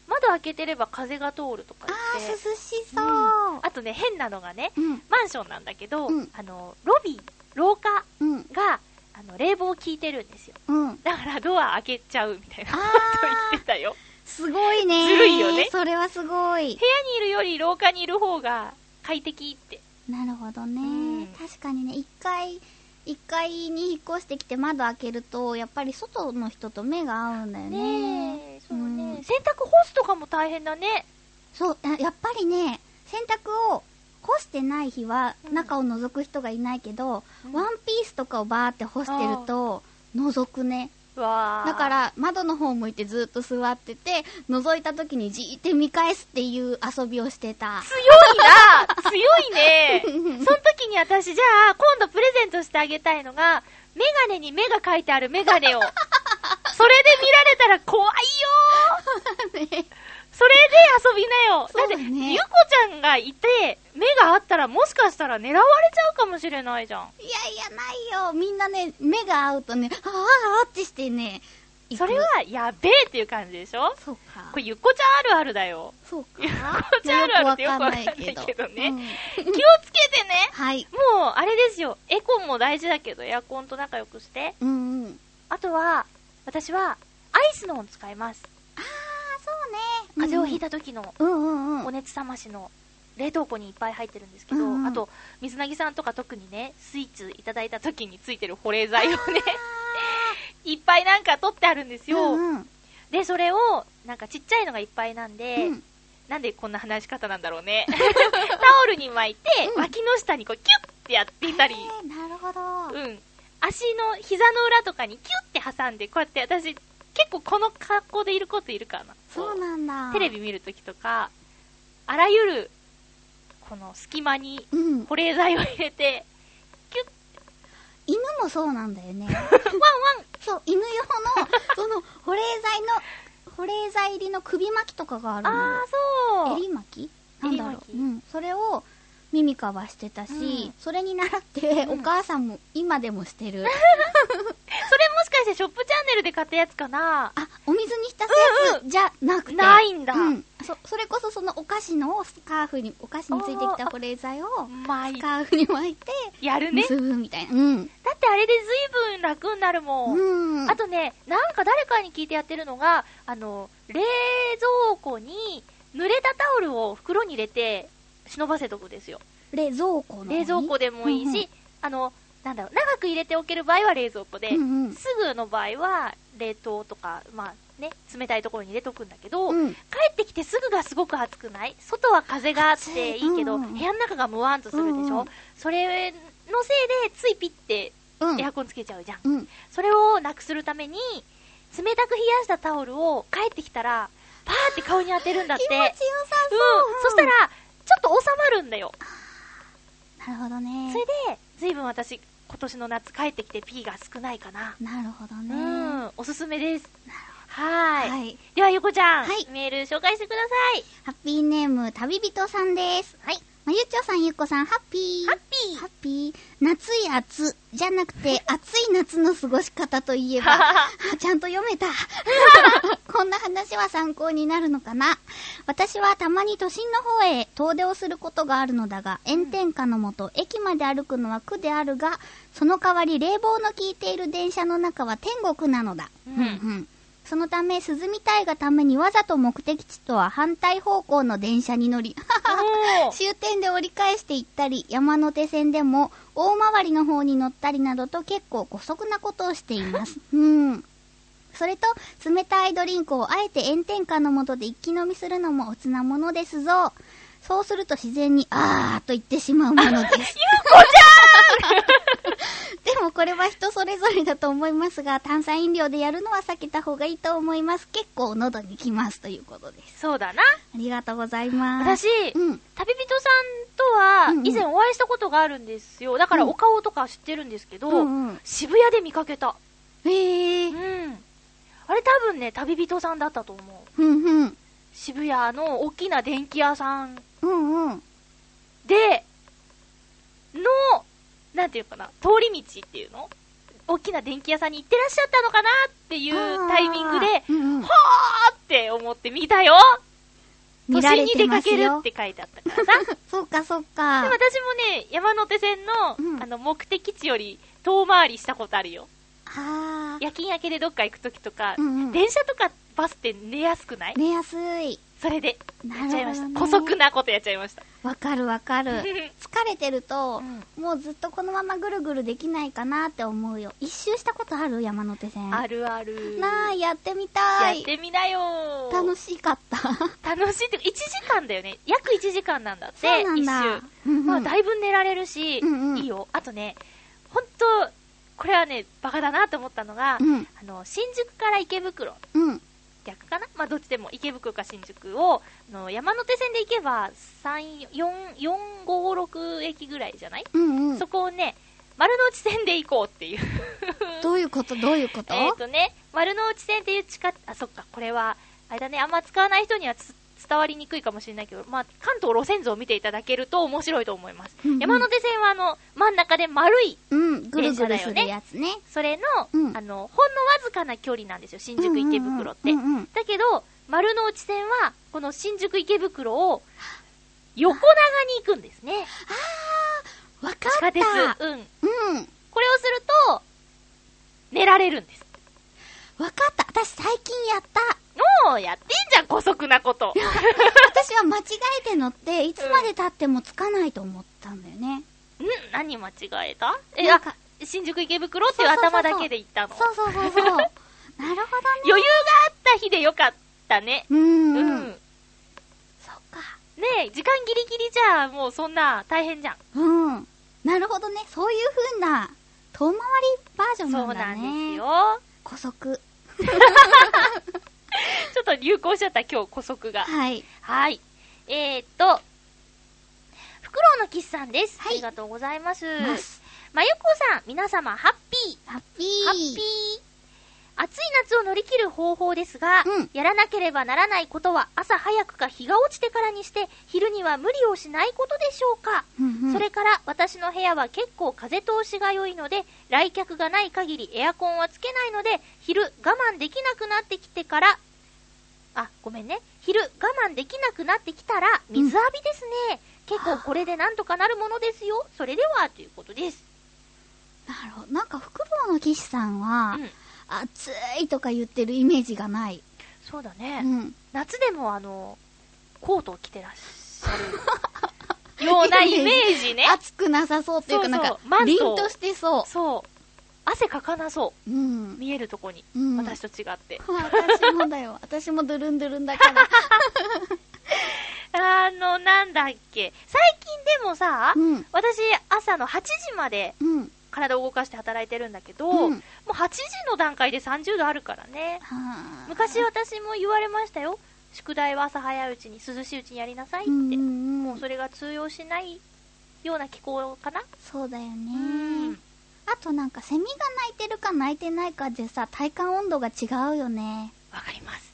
S1: 窓開けてれば風が通るとか
S2: ああ
S1: 言って、
S2: 涼しそう、
S1: うんあとね、変なのがね、
S2: うん
S1: マンションなんだけど、
S2: うん
S1: あの、ロビー、廊下
S2: うん
S1: が、あの、冷房効いてるんですよ。
S2: うん
S1: だからドア開けちゃうみたいな
S2: あ
S1: こ
S2: ー
S1: と言ってたよ。
S2: すごいね
S1: ずるいよね
S2: それはすごい
S1: 部屋にいるより廊下にいる方が快適って。
S2: なるほどね、
S1: うん
S2: 確かにね一回一階に引っ越してきて窓開けるとやっぱり外の人と目が合うんだよね
S1: ねえ、そうね、
S2: うん
S1: 洗濯干すとかも大変だね。
S2: そうあやっぱりね洗濯を干してない日は
S1: うん
S2: 中を覗く人がいないけど、
S1: うん
S2: ワンピースとかをバーって干してると覗くね
S1: わー
S2: だから窓の方向いてずっと座ってて覗いた時にじーって見返すっていう遊びをしてた
S1: 強いな強い ねその時に私、じゃあ、今度プレゼントしてあげたいのが、メガネに目が書いてあるメガネを。それで見られたら怖いよそれで遊びなよ
S2: そう
S1: だ
S2: だ
S1: っ
S2: ね
S1: て、ゆこちゃんがいて、目があったらもしかしたら狙われちゃうかもしれないじゃん。
S2: いやいやないよみんなね目が合うとねあーあーってしてね行く
S1: それは、やべえっていう感じでしょ
S2: そうか
S1: これ、ゆこちゃんあるあるだよ。
S2: そうか
S1: ゆこちゃんあるあるってよくわかん ないけどね。
S2: うん
S1: 気をつけてね
S2: はい
S1: もう、あれですよ。エコンも大事だけど、エアコンと仲良くして。
S2: うんうん
S1: あとは、私は、アイスのを使います。
S2: ああそうね
S1: 風邪をひい
S2: た
S1: た時の、
S2: うんうんうん
S1: お熱冷ましの、冷凍庫にいっぱい入ってるんですけど、
S2: うんうん
S1: あと、水なぎさんとか特にね、スイーツいただいた時についてる保冷剤をね、 いっぱいなんか取ってあるんですよ。
S2: うんうん
S1: で、それを、なんかちっちゃいのがいっぱいなんで、
S2: うん
S1: なんでこんな話し方なんだろう ね。タオルに巻いて、
S2: うん
S1: 脇の下にこう、キュッってやっていたり。
S2: えーなるほど
S1: うん、足の膝の裏とかにキュッて挟んで、こうやって私、結構この格好でいることいるからな。
S2: そうなんだ
S1: テレビ見るときとか、あらゆる、この隙間に
S2: うん
S1: 保冷剤を入れて、
S2: 犬もそうなんだよね
S1: ワンワン
S2: そう犬用の その保冷剤の保冷剤入りの首巻きとかがあるのよ
S1: ああー、そう
S2: 襟巻きなんだろう、
S1: 襟巻き
S2: うん、それを耳かわしてたし、
S1: うん
S2: それに習って
S1: う
S2: お
S1: ん
S2: 母さんも今でもしてる、
S1: それもしかしてショップチャンネルで買ったやつかな
S2: あお水に浸すや
S1: うんう
S2: つじゃなくて、
S1: ないんだ
S2: うん、そそれこそそのお菓子のスカーフにお菓子についてきた保冷剤を
S1: まあ
S2: ス、カーフに巻いて
S1: やるね。
S2: 結ぶみたいな、うん、
S1: だってあれで随分楽になるもん。
S2: うん、
S1: あとね、なんか誰かに聞いてやってるのが、あの、冷蔵庫に濡れたタオルを袋に入れて忍ばせとくんですよ。
S2: 冷蔵庫の
S1: 冷蔵庫でもいいし、
S2: うんうん
S1: あの、なんだろう、長く入れておける場合は冷蔵庫で、
S2: でうんうん
S1: すぐの場合は冷凍とか、まあね、冷たいところに入れとくんだけど、帰
S2: うん、
S1: ってきてすぐがすごく暑くない外は風があっていいけど、
S2: 暑いうんうん
S1: 部屋の中がムワンとするでしょ、
S2: うんうん
S1: それのせいでついピッて
S2: うん
S1: エアコンつけちゃうじゃん
S2: うん、
S1: それをなくするために、冷たく冷やしたタオルを帰ってきたら、パーって顔に当てるんだって。
S2: 気持ちよさ
S1: う
S2: そ
S1: ん
S2: う、。
S1: そしたら、ちょっと収まるんだよ。
S2: なるほどね
S1: それで、ずいぶん私、今年の夏帰ってきて P が少ないかな。
S2: なるほど
S1: う
S2: ね、
S1: ん、おすすめです。はーい,、
S2: はい
S1: では、ゆこちゃん、
S2: はい
S1: メール紹介してください。
S2: ハッピーネーム、旅人さんです。はい。まゆちょさん、ゆっこさん、ハッピー。
S1: ハッピー
S2: ハッピー。夏い暑じゃなくて、暑い夏の過ごし方とい えば、あ ちゃんと読めた。こんな話は参考になるのかな。私はたまに都心の方へ遠出をすることがあるのだが、炎天下のもと、駅まで歩くのは苦であるが、その代わり冷房の効いている電車の中は天国なのだ。
S1: う
S2: うんん、うん。そのため、涼みたいがためにわざと目的地とは反対方向の電車に乗り、
S1: お ー
S2: 終点で折り返していったり、山手線でも大回りの方に乗ったりなどと結構姑息なことをしています。うん。それと、冷たいドリンクをあえて炎天下のもとで一気飲みするのもおつなものですぞ。そうすると自然に、あーと言ってしまうものです。 でもこれは人それぞれだと思いますが、炭酸飲料でやるのは避けた方がいいと思います。結構喉にきますということです。
S1: そうだな。
S2: ありがとうございます。
S1: 私、
S2: うん。
S1: 旅人さん
S2: う
S1: とは、
S2: んうん
S1: 以前お会いしたことがあるんですよ。だから、お顔とか知ってるんですけど、
S2: うんうん。
S1: 渋谷で見かけた。
S2: へえ
S1: う。ん。あれ多分ね、旅人さんだったと思う。
S2: うんうん。
S1: 渋谷の大きな電気屋さん
S2: うんうん。
S1: で、の、なんていうかな、通り道っていうの大きな電気屋さんに行ってらっしゃったのかなっていうタイミングで、
S2: うんうん
S1: はーって思って見たよ都
S2: 見ら
S1: 心
S2: れ
S1: に
S2: て
S1: 出か
S2: ます
S1: ける
S2: よ
S1: っ。て書いてあったからさ。
S2: そうかそう
S1: でも
S2: か
S1: 私。もね、山手線の,、
S2: うん
S1: あの目的地より遠回りしたことあるよ。
S2: あー。
S1: 夜勤明けでどっか行くときとか、
S2: うんうん
S1: 電車とかバスって寝やすくない
S2: 寝やすい。
S1: それで、
S2: な
S1: やっちゃいま
S2: る
S1: した。
S2: ほ
S1: 古
S2: ど
S1: 速
S2: ね。
S1: なことやっちゃいました。
S2: わかるわ かる。疲れてると、
S1: う
S2: もうずっとこのままぐるぐるできないかなって思うよ。一周したことある山手線。
S1: あるあ る。
S2: なあ、やってみた
S1: や
S2: い
S1: っ。てみなよ
S2: 楽
S1: し
S2: しかった。
S1: 楽しいって、1時間だよね。約1時間なんだって、
S2: そうな
S1: 一
S2: んだ
S1: 周。。
S2: うんうん
S1: まあ、だいぶ寝られるし、
S2: うんうん
S1: いいよ。あとね、ほんと、これはね、バカだなと思ったのが、
S2: うん
S1: あの、新宿から池袋、
S2: うん。
S1: 逆かなまあ、どっちでも池袋か新宿を、あの山手線で行けば、3、4、4、5、6駅ぐらいじゃない、
S2: うんうん
S1: そ。こをね、丸の内線で行こうっていう。
S2: どういうことどういうこと
S1: えっとね、丸の内線っていう地下、あ、そっか、これは、あれだね、あんま使わない人にはつ伝わりにくいかもしれないけど、まあ、関東路線図を見ていただけると面白いと思います。
S2: うんうん
S1: 山手線はあの、真ん中で丸い、
S2: うん。ぐるぐるするやつね。
S1: それの、
S2: うん
S1: あの、ほんのわずかな距離なんですよ、新宿池袋って。
S2: うんうんうん
S1: だけど、丸の内線は、この新宿池袋を、横長に行くんですね。
S2: わか
S1: 地
S2: っ
S1: 下鉄。
S2: た。
S1: うん。
S2: うん。
S1: これをすると、寝られるんです。
S2: わかった。私最近やった。
S1: もう、やってんじゃん、古速なこと。
S2: 私は間違えて乗って、いつまで経ってもつかないと思ったんだよね。
S1: ん何間違えたえ、
S2: な
S1: あ
S2: んか、
S1: 新宿池袋っていう頭だけで行ったの。
S2: そうそ うそうそう。なるほどね。
S1: 余裕があった日でよかったね。
S2: うん
S1: う。
S2: うんん。
S1: ね
S2: そっか。
S1: え、時間ギリギリじゃ、もうそんな、大変じゃん。
S2: うん。なるほどね。そういう風な、遠回りバージョン
S1: そう
S2: なんだ
S1: な
S2: ね。
S1: んです。よ。
S2: 古速。
S1: ちょっと流行しちゃった、今日、古速が。
S2: はい。
S1: はい。えー、っと、フクロウのキスさんです。
S2: はい
S1: ありがとうございます。
S2: ます。
S1: まゆこさん、皆様、ハッピ
S2: ハッピ
S1: ー。
S2: ー。
S1: ハッピー。暑い夏を乗り切る方法ですが、
S2: うん
S1: やらなければならないことは朝早くか日が落ちてからにして、昼には無理をしないことでしょうか。
S2: うんうん
S1: それから私の部屋は結構風通しが良いので来客がない限りエアコンはつけないので昼我慢できなくなってきてからあごめんね昼我慢できなくなってきたら水浴びですね、結構これでなんとかなるものですよそれではということです、
S2: なるほど。なんか、福坊の騎士さん
S1: う
S2: は、
S1: ん、
S2: 暑いとか言ってるイメージがない。
S1: そうだ
S2: う
S1: ね、
S2: ん。
S1: 夏でもあのコートを着てらっしゃるようなイメージ ね
S2: 暑くなさそうっていうか、
S1: そう
S2: な
S1: そ
S2: ん
S1: う
S2: か
S1: マ、ント
S2: 凛としてそ。
S1: そう汗かかなそう
S2: うん
S1: う。見えるとこに、
S2: うん
S1: 私と違って
S2: 私もだよ。私もドゥルンドゥルン だから。
S1: あの、なんだっけ。最近でもさ、
S2: うん。
S1: 私、朝の8時まで
S2: うん。
S1: 体を動かして働いてるんだけど、
S2: うん
S1: もう8時の段階で30度あるからね。
S2: はあ
S1: 昔私も言われましたよ。宿題は朝早いうちに、涼しいうちにやりなさいって。
S2: うんうん
S1: も
S2: う
S1: うんそれが通用しないような気候かな。
S2: そうだよ
S1: う
S2: ね。。あとなんか、セミが鳴いてるか鳴いてないかでさ、体感温度が違うよね。
S1: わかります。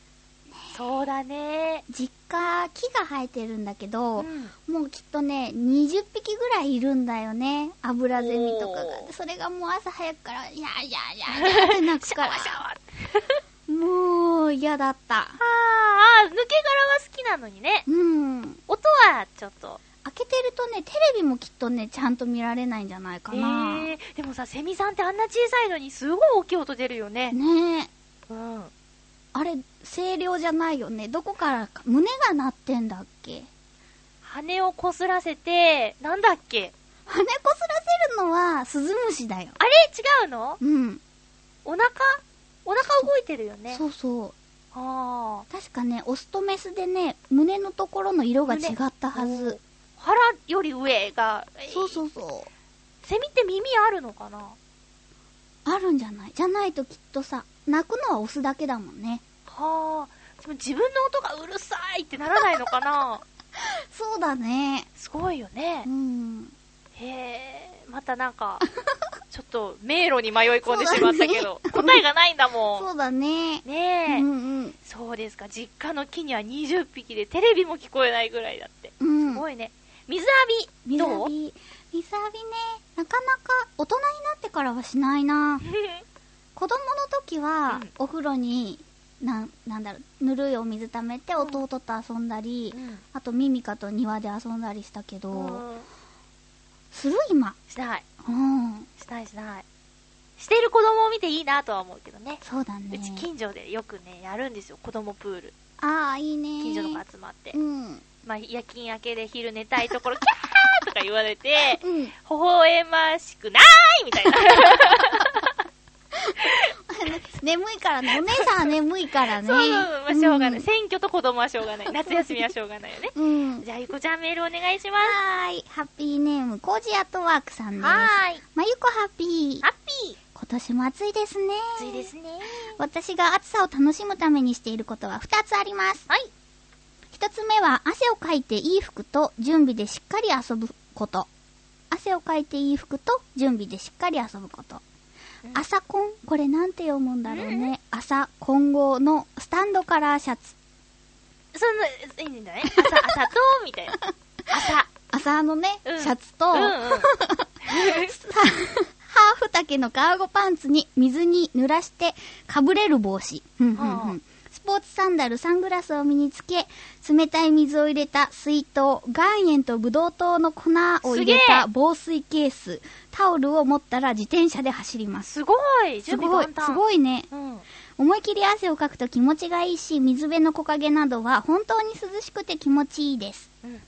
S1: そうだね。
S2: 実家、木が生えてるんだけ
S1: う
S2: ど、
S1: ん。
S2: もうきっとね、20匹ぐらいいるんだよね。油ゼミとかが。
S1: おー
S2: でそれがもう朝早くから、いやいやいやいやって鳴く
S1: シャ
S2: か
S1: ワ
S2: ら
S1: ー。シャワーって。
S2: もう嫌だった。
S1: あーあー、抜け殻は好きなのにね。
S2: うん。
S1: 音はちょっと。
S2: 開けてるとね、テレビもきっとね、ちゃんと見られないんじゃないかな。
S1: えーでもさセミさんってあんな小さいのにすごい大きい音出るよね
S2: ね
S1: う
S2: え。
S1: ん
S2: あれ、声量じゃないよね。どこからか、胸が鳴ってんだっけ
S1: 羽をこすらせてなんだっけ
S2: 羽こすらせるのは、スズムシだよ。
S1: あれ違うの
S2: うん。
S1: お腹お腹動いてるよね
S2: そうそう。
S1: あ
S2: 確かね、オスとメスでね、胸のところの色が違ったはず。
S1: あ腹より上が
S2: そう
S1: う
S2: そうそう。
S1: セミって耳あるのかな
S2: あるんじゃないじゃないときっとさ、泣くのはオスだけだもんね。
S1: はあでも自分の音がうるさいってならないのかな
S2: そうだね。
S1: すごいよね
S2: うん。
S1: へえまたなん かちょっと迷路に迷い込んでしまったけど、答えがないんだも
S2: そうだね
S1: ん。ねえ、
S2: うんうん。
S1: そうですか、実家の木には20匹でテレビも聞こえないぐらいだって。
S2: うん
S1: す。ごいね。水浴び、
S2: 水
S1: ど
S2: 浴
S1: う
S2: び、水浴びね、なかなか大人になってからはしないな。子供の時は
S1: うん、
S2: お風呂に、なん、なんだろう、ぬるいお水溜めて
S1: うん
S2: 弟と遊んだり、
S1: うん
S2: あとミミカと庭で遊んだりしたけど、
S1: うん
S2: する今。
S1: しない、
S2: うん。
S1: しないしない。してる子供を見ていいなとは思うけどね。
S2: そうだね
S1: う。ち近所でよくね、やるんですよ、子供プール。
S2: ああ、いいね。
S1: 近所とか集まって
S2: う。ん。
S1: まあ、夜勤明けで昼寝たいところ、キャーとか言われて、微
S2: うん。
S1: 笑ましくないみたいな。
S2: 眠いからね。お姉さんは眠いからね。
S1: そうそうそう、まあ、しょうがない。
S2: ん
S1: 選挙と子供はしょうがない。夏休みはしょうがないよね。
S2: うん。
S1: じゃあ、ゆこちゃんメールお願いします。
S2: はーい。ハッピーネーム、コージアットワークさんです。
S1: はーい。
S2: まゆこハッピー。
S1: ハッピー。
S2: こ年も暑いですね。
S1: 暑いですね。
S2: 私が暑さを楽しむためにしていることは2つあります。
S1: はい。
S2: 1つ目は汗をかいていい服と準備でしっかり遊ぶこと。汗をかいていい服と準備でしっかり遊ぶこと。
S1: うん
S2: 朝コンこれなんて読むんだろうね。朝混合のスタンドカラーシャツ。
S1: その、いいんじゃない朝、 朝と、みたいな。朝。
S2: 朝のね、
S1: うん
S2: シャツと、
S1: うんう
S2: ハ
S1: ん。
S2: ーフ丈のカーゴパンツに水に濡らして、かぶれる帽子。うんうんうん
S1: うん
S2: スポーツサンダル、サングラスを身につけ、冷たい水を入れた水筒、岩塩とブドウ糖の粉を入れ
S1: す
S2: た
S1: げ
S2: 防水ケース、タオルを持ったら自転車で走ります。
S1: すごい準
S2: す
S1: 備
S2: ごい
S1: 万、端。
S2: す
S1: い。
S2: ごいね。
S1: うん。
S2: 思い切り汗をかくと気持ちがいいし、水辺の木陰などは本当に涼しくて気持ちいいです。
S1: うん。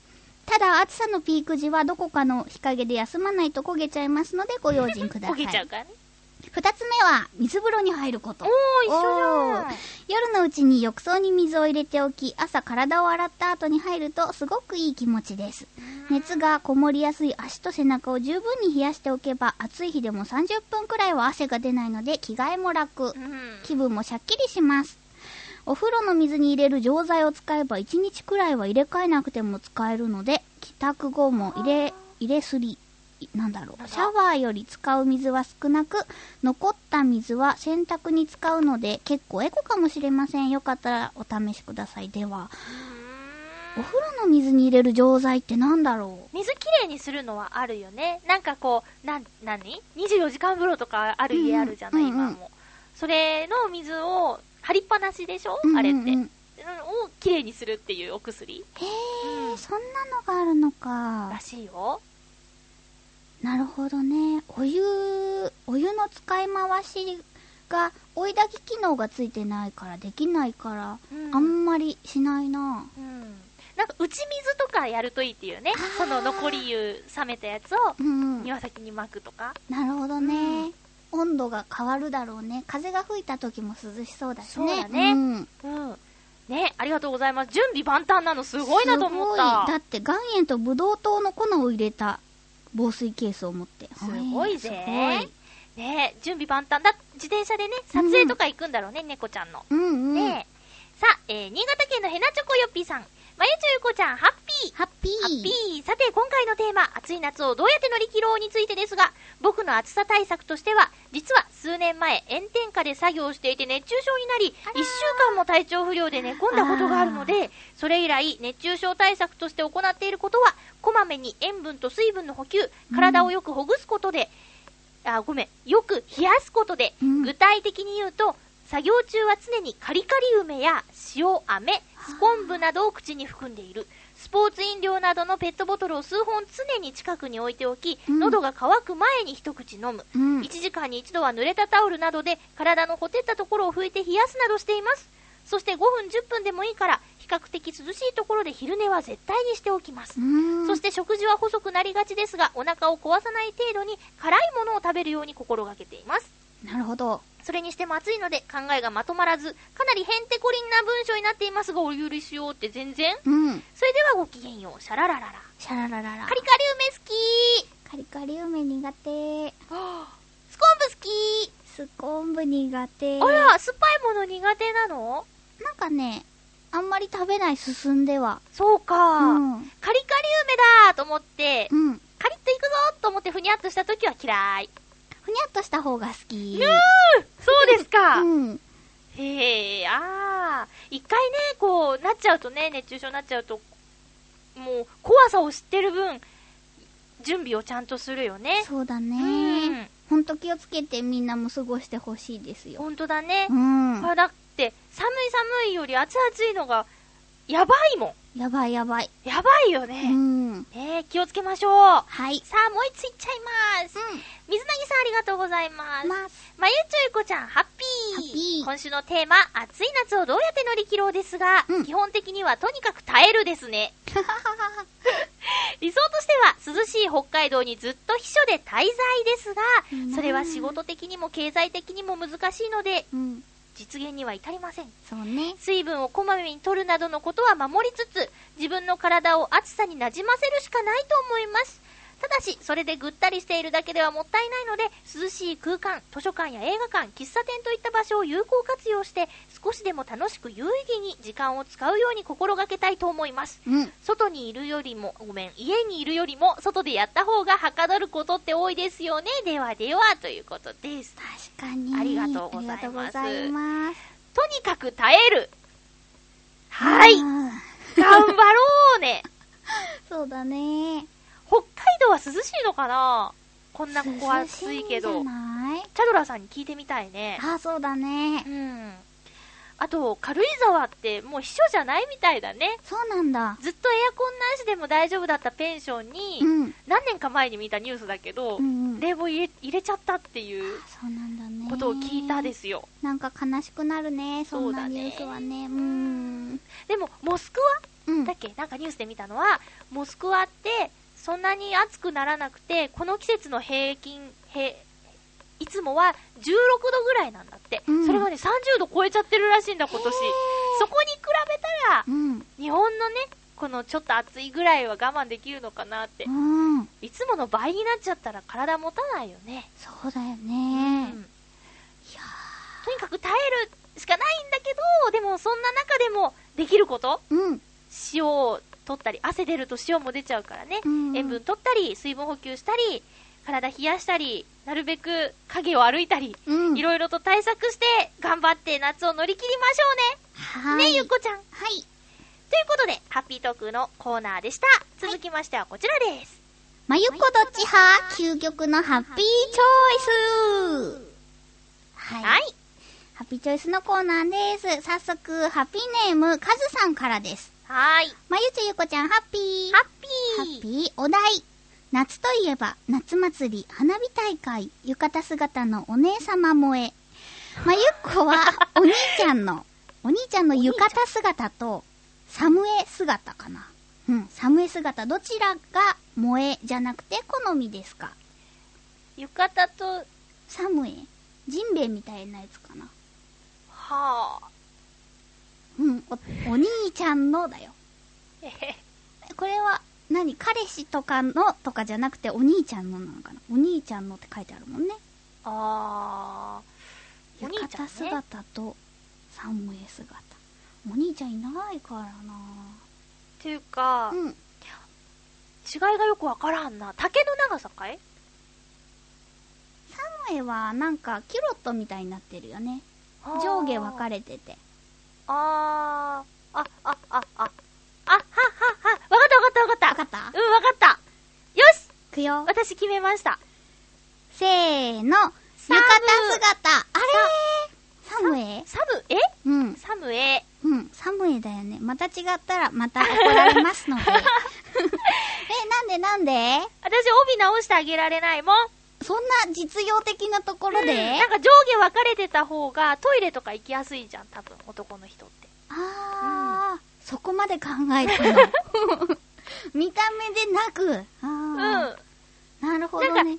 S2: ただ暑さのピーク時はどこかの日陰で休まないと焦げちゃいますのでご用心くださ
S1: 焦
S2: い
S1: げちゃう
S2: 2
S1: からね。
S2: つ目は水風呂に入ること
S1: おー、一緒じゃん。
S2: 夜のうちに浴槽に水を入れておき朝体を洗った後に入るとすごくいい気持ちです熱がこもりやすい足と背中を十分に冷やしておけば暑い日でも30分くらいは汗が出ないので着替えも楽、
S1: うん。
S2: 気分もシャッキリしますお風呂の水に入れる錠剤を使えば1日くらいは入れ替えなくても使えるので帰宅後も入れ入れすりいなんだろ
S1: なん
S2: う
S1: だ
S2: シャワーより使う水は少なく残った水は洗濯に使うので結構エコかもしれませんよかったらお試しくださいではお風呂の水に入れる錠剤ってなんだろう
S1: 水きれいにするのはあるよね。なんかこう、なん、なに ?24 時間風呂とかある家あるじゃない、
S2: うんうん
S1: 今も。それの水を、張りっぱなしでしょ、あれって。
S2: うんうんうん
S1: をきれいにするっていうお薬
S2: へえ、
S1: うん
S2: そんなのがあるの
S1: ら
S2: から
S1: しいよ。
S2: なるほどね。お湯、お湯の使い回しが、追い炊き機能がついてないから、できないから、
S1: うん
S2: あんまりしないな。
S1: うん。なんか打ち水とかやるといいっていうね
S2: あー。
S1: その残り湯冷めたやつを
S2: うん、うん。
S1: 庭先に巻くとか。
S2: なるほどね。温度が変わるだろうね。風が吹いた時も涼しそうだしね。
S1: そうだね
S2: ん、
S1: うん。ね、ありがとうございます。準備万端なのすごいなと思っ
S2: すごいだ
S1: た。
S2: って、岩塩とブドウ糖の粉を入れた防水ケースを持って。
S1: すごいぜ
S2: はす
S1: ね、準備万端だ。自転車でね、撮影とか行くんだろうね、猫ちゃんの。
S2: ごい。うんうん。
S1: ねさあ、えー新潟県のヘナチョコヨッピーさん。まゆちょゆこちゃん、ハッピー
S2: ハッピー。
S1: ハッピーさて、今回のテーマ、暑い夏をどうやって乗り切ろうについてですが、僕の暑さ対策としては、実は数年前、炎天下で作業していて熱中症になり、1週間も体調不良で寝込んだことがあるので、それ以来、熱中症対策として行っていることは、こまめに塩分と水分の補給、体をよくほぐすことで、あ、ごめん、よく冷やすことで、
S2: うん
S1: 具体的に言うと、作業中は常にカリカリ梅や塩飴、スコンブなどを口に含んでいる。スポーツ飲料などのペットボトルを数本常に近くに置いておき、
S2: うん
S1: 喉が渇く前に一口飲む。
S2: うん。
S1: 1時間に1度は濡れたタオルなどで体のほてったところを拭いて冷やすなどしています。そして5分10分でもいいから、比較的涼しいところで昼寝は絶対にしておきます。
S2: うん
S1: そして食事は細くなりがちですが、お腹を壊さない程度に辛いものを食べるように心がけています。
S2: なるほど。
S1: それにしても暑いので考えがまとまらず、かなりへんてこりんな文章になっていますが、お許しようって全然。
S2: うん。
S1: それではごきげんよう、シャララララ。
S2: シャララララ。
S1: カリカリ梅好き
S2: カリカリ梅苦手。
S1: スコンブ好き
S2: スコーンブ苦手。
S1: あら、酸っぱいもの苦手なの
S2: なんかね、あんまり食べない進んでは。
S1: そうか、
S2: うん。
S1: カリカリ梅だと思って、
S2: うん。
S1: カリッといくぞと思ってふにゃっとした時は嫌い。
S2: ふにゃっとした方が好き。
S1: そうですか
S2: うん。
S1: へえ、ああ。一回ね、こう、なっちゃうとね、熱中症になっちゃうと、もう、怖さを知ってる分、準備をちゃんとするよね。
S2: そうだ
S1: う
S2: ね
S1: ん。
S2: ほんと気をつけてみんなも過ごしてほしいですよ。
S1: ほんとだね
S2: う。ん。
S1: あだって、寒い寒いより暑い暑いのが、やばいも
S2: やばいやばい。
S1: ん。やばいよ
S2: う
S1: ね。
S2: ん。
S1: ねえ気をつけましょう。さ
S2: はい。
S1: あ、もう一ついっちゃいます。
S2: う
S1: 水なぎさんありがとうございます。
S2: ん。
S1: ま
S2: ます。
S1: ゆちょいこちゃん、ハッピー
S2: ハッピー
S1: 今週のテーマ、暑い夏をどうやって乗り切ろうですが、
S2: うん
S1: 基本的にはとにかく耐えるです ね。理想としては涼しい北海道にずっと避暑で滞在ですが
S2: いいな、あ
S1: それは仕事的にも経済的にも難しいので、
S2: うん。
S1: 実現には至りません。
S2: そうね。
S1: 水分をこまめに取るなどのことは守りつつ、自分の体を暑さになじませるしかないと思います。ただし、それでぐったりしているだけではもったいないので、涼しい空間、図書館や映画館、喫茶店といった場所を有効活用して、少しでも楽しく有意義に時間を使うように心がけたいと思います。
S2: うん。
S1: 外にいるよりも、ごめん、家にいるよりも、外でやった方がはかどることって多いですよね。ではでは、ということです。
S2: 確かに。
S1: ありがとうございます
S2: ありがとうございます
S1: とにかく耐える。はい。頑
S2: うん
S1: 張ろうね。
S2: そうだね。
S1: 北海道は涼しいのかなこんなここは暑いけ
S2: 涼し
S1: ど
S2: んじ。ゃない
S1: チャドラさんに聞いてみたいね。
S2: あ、そうだね
S1: う。ん。あと、軽井沢ってもう避暑じゃないみたいだね。
S2: そうなんだ。
S1: ずっとエアコンなしでも大丈夫だったペンションに、
S2: うん。
S1: 何年か前に見たニュースだけど、
S2: うんうん。
S1: 冷房入れ入れちゃったっていう
S2: そうなんだね。
S1: ことを聞いたですよ。
S2: なんか悲しくなるね、そんな
S1: そうだね
S2: ニュースはね。うーん。
S1: でも、モスクワ
S2: うん
S1: だっ。けなんかニュースで見たのは、モスクワってそんなに暑くならなくて、この季節の平均、平いつもは16度ぐらいなんだって、
S2: うん
S1: それがね、30度超えちゃってるらしいんだ、今年。そこに比べたら
S2: う、ん。
S1: 日本のね、このちょっと暑いぐらいは我慢できるのかなって
S2: う。ん。
S1: いつもの倍になっちゃったら体持たないよね。
S2: そうだよ
S1: う
S2: ね。
S1: ん
S2: いや
S1: とにかく耐えるしかないんだけど、でもそんな中でもできること、
S2: ーうん。
S1: 塩を取ったり、汗出ると塩も出ちゃうからね、
S2: うん
S1: 塩分取ったり、水分補給したり、体冷やしたり、なるべく影を歩いたり、
S2: うん。
S1: いろいろと対策して、頑張って夏を乗り切りましょ
S2: は
S1: う
S2: い。
S1: ね。ね、ゆっこちゃん。という
S2: はい。
S1: ことで、ハッピートークのコーナーでした。続きましてはこちらです。
S2: まゆっこどっち派究極のハッピーチョイスはい。
S1: はい。
S2: ハッピーチョイスのコーナーです。早速、ハッピーネーム、カズさんからです。
S1: はーい。
S2: まゆちゆこちゃん、ハッピー。
S1: ハ
S2: ハ
S1: ッピ
S2: ッ
S1: ー。
S2: ピーお題夏といえば夏祭り花火大会浴衣姿のお姉様萌えまゆっこはお兄ちゃんのお兄ちゃんの浴衣姿とサムエ姿かなうんサムエ姿どちらが萌えじゃなくて好みですか
S1: 浴衣と、は
S2: サムエジンベエみたいなやつかな
S1: あ。
S2: うんおお兄ちゃんのだよ
S1: えへへ
S2: これは何彼氏とかのとかじゃなくてお兄ちゃんのなのかなお兄ちゃんのって書いてあるもんね
S1: あー。お
S2: 浴
S1: 兄ちゃん
S2: 衣
S1: ね
S2: 姿とサムエ姿お兄ちゃんいないからな
S1: っていうか、違
S2: うん
S1: いがよくわからんな竹の長さかい
S2: サムエはなんかキュロットみたいになってるよね上下分か
S1: れ
S2: れてて
S1: あーあああああはっはっはわかったわかったわかった
S2: 分かった
S1: うんわかったよし
S2: くよ
S1: 私決めました
S2: せーの浴
S1: サム
S2: 衣姿あれーサムエ
S1: サムえ
S2: うん
S1: サムえ
S2: うんサムエだよねまた違ったらまた怒られま すのでえなんでなんで
S1: 私帯直してあげられないもん
S2: そんな実用的なところで、
S1: うんなんか上下分かれてた方がトイレとか行きやすいじゃん多分男の人って
S2: あー、そこまで考えての。 見た目でなく。
S1: うん
S2: あ
S1: なんか
S2: ーなるほ
S1: 着慣
S2: ど
S1: れな
S2: ね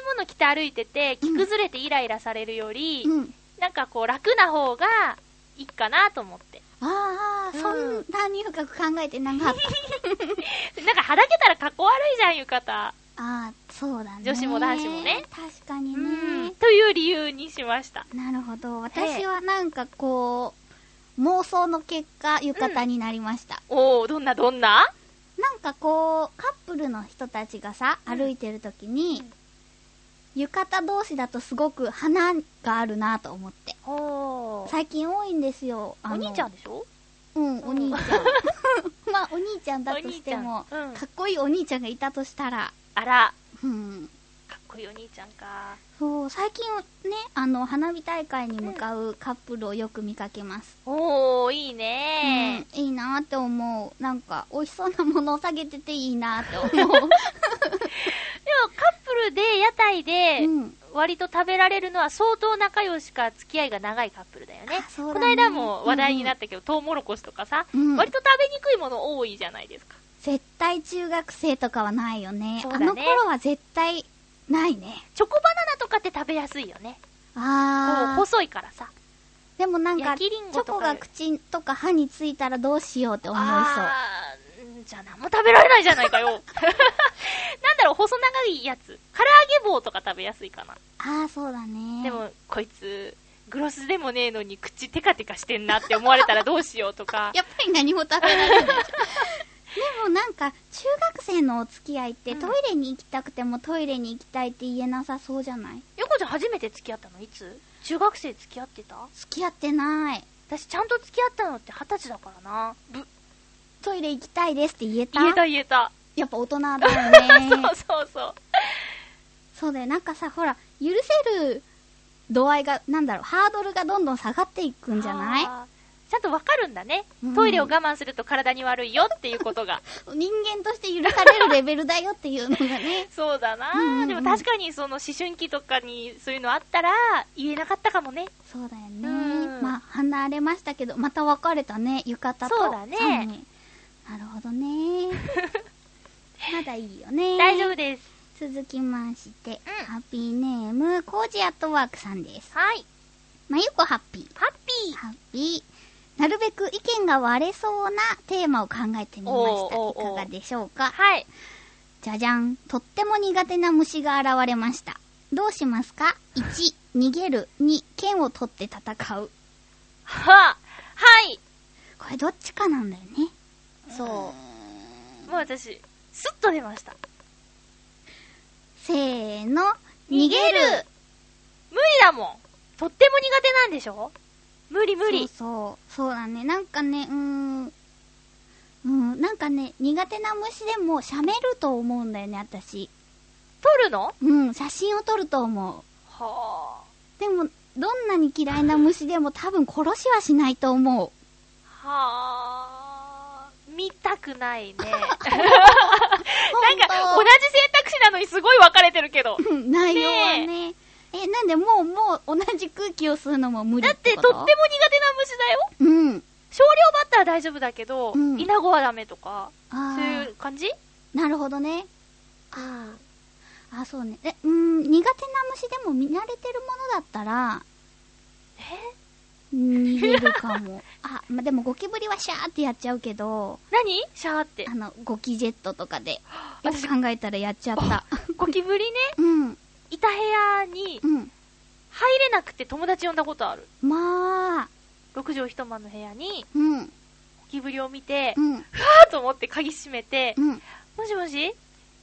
S1: い。もの着て歩いてて着崩れてイライラされるより、
S2: うん。
S1: なんかこう楽な方がいいかなと思って。
S2: あー、そ
S1: うん
S2: んなに深く考えてなか った。
S1: なんかはだけたらかっこ悪いじゃん、浴衣。
S2: あー、そうだね。
S1: 女子も男子もね。
S2: 確かに
S1: うん
S2: ね。。
S1: という理由にしました。
S2: なるほど。私はなんかこう、妄想の結果、浴衣になりました。
S1: おおどんなどんな
S2: なんかこう、カップルの人たちがさ、
S1: うん
S2: 歩いてるときに、浴衣同士だとすごく花があるなと思って。
S1: お
S2: 最近多いんですよ。あ
S1: お
S2: の
S1: 兄ちゃんでしょ
S2: うん、お兄ちゃん。まあ、お兄ちゃんだとして
S1: お兄
S2: も、
S1: ちゃんうん
S2: かっこいいお兄ちゃんがいたとしたら、
S1: あら、
S2: うん。
S1: かっこいいお兄ちゃんか。
S2: そう、最近ね、あの、花火大会に向かうカップルをよく見かけます。
S1: おおいいうね
S2: ん、いいなって思う。なんか、美味しそうなものを下げてていいなって思 う。
S1: でもカップルで、屋台で
S2: う、ん。
S1: 割と食べられるのは相当仲良しか付き合いが長いカップルだよね
S2: あ。そう
S1: こ
S2: だね
S1: の間も話題になったけど、トウモロコシとかさ、
S2: うん
S1: 割と食べにくいもの多いじゃないですか。
S2: 絶対中学生とかはないよね。
S1: そうだ
S2: あ
S1: ね
S2: の頃は絶対ないね。
S1: チョコバナナとかって食べやすいよね。こう
S2: あー。
S1: 細いからさ。
S2: でもなんか、
S1: 焼
S2: チ
S1: きリンゴ
S2: ョ
S1: とか
S2: コが口とか歯についたらどうしようって思いそう。
S1: あーんじゃあ何も食べられないじゃないかよ。なんだだろう、細長いやつ。唐揚げ棒とか食べやすいかな。
S2: ああ、そうだね。。
S1: で、も、こいつ、グロスでもねえのに口テカテカしてんなって思われたらどうしようとか
S2: やっぱり何も食べら れない。でもなんか、中学生のお付き合いって、
S1: うん
S2: トイレに行きたくてもトイレに行きたいって言えなさそうじゃない
S1: ヨコちゃん初めて付き合ったのいつ中学生付き合ってた
S2: 付き合ってない。
S1: 私ちゃんと付き合ったのって二十歳だからな。ぶ、
S2: トイレ行きたいですって言えた
S1: 言えた言えた。
S2: やっぱ大人だよね。
S1: そうそうそう。
S2: そうだよ。なんかさ、ほら、許せる度合いが、なんだろう、ハードルがどんどん下がっていくんじゃない
S1: あーちゃんとわかるんだね
S2: う。ん
S1: トイレを我慢すると体に悪いよっていうことが。。
S2: 人間として許されるレベルだよっていうのがね
S1: そうだな、
S2: うんうんうん
S1: でも確かにその思春期とかにそういうのあったら言えなかったかもね。
S2: そうだよ
S1: う
S2: ね。
S1: ん
S2: まあ、離れましたけど、また別れたね、浴衣と。
S1: そうだね
S2: サンになるほ どね。まだいいよね。
S1: 大丈夫です。
S2: 続きまして、
S1: ん
S2: ハッピーネーム、コージアットワークさんです。
S1: はい。
S2: まゆこハッピー。
S1: ハッピー。
S2: ハッピー。なるべく意見が割れそうなテーマを考えてみました。
S1: おーお
S2: い
S1: ーおー
S2: かがでしょうか
S1: はい。
S2: じゃじゃん。とっても苦手な虫が現れました。どうしますか ?1、逃げる。2、剣を取って戦う。
S1: は、はい。
S2: これどっちかなんだよね。
S1: そう。もう私、スッと出ました。
S2: せーの、
S1: 逃げる無理だもん。とっても苦手なんでしょ無理無理。
S2: そうそう。そうだね。なんかね、うーん。うん、なんかね、苦手な虫でも喋ると思うんだよね、私。
S1: 取るの
S2: うん、写真を撮ると思う。
S1: は
S2: でも、どんなに嫌いな虫でも多分殺しはしないと思う。
S1: あ。はあ。見たく ないね。なんか、同じ選択肢なのにすごい分かれてるけど。
S2: うん内容はね。え、なんでもう、もう同じ空気を吸うのも無理
S1: だ
S2: っ
S1: って、
S2: て
S1: と
S2: こ
S1: って
S2: と
S1: も苦手な虫だよ。
S2: て、うん。
S1: 少量バッターは大丈夫だけど、
S2: うん
S1: イナゴはダメとか、
S2: あ
S1: そうい
S2: ー
S1: う感じ
S2: なるほどね。
S1: うん。
S2: あー、そうね。え、うん、苦手な虫でも見慣れてるものだったら、
S1: え
S2: 逃げるかも。あ、まあ、でもゴキブリはシャーってやっちゃうけど、
S1: 何シャーって
S2: あ。の、ゴキジェットとかで、よ
S1: 私
S2: く考えたらやっちゃった。
S1: ゴキブリね、
S2: うん、
S1: いた部屋に
S2: うん。
S1: 入れなくて友達呼んだことある。
S2: まあ、
S1: 6畳一間の部屋に
S2: うん、
S1: ゴキブリを見て
S2: う、ん、
S1: あーと思って鍵閉めて
S2: う、ん。
S1: もしもし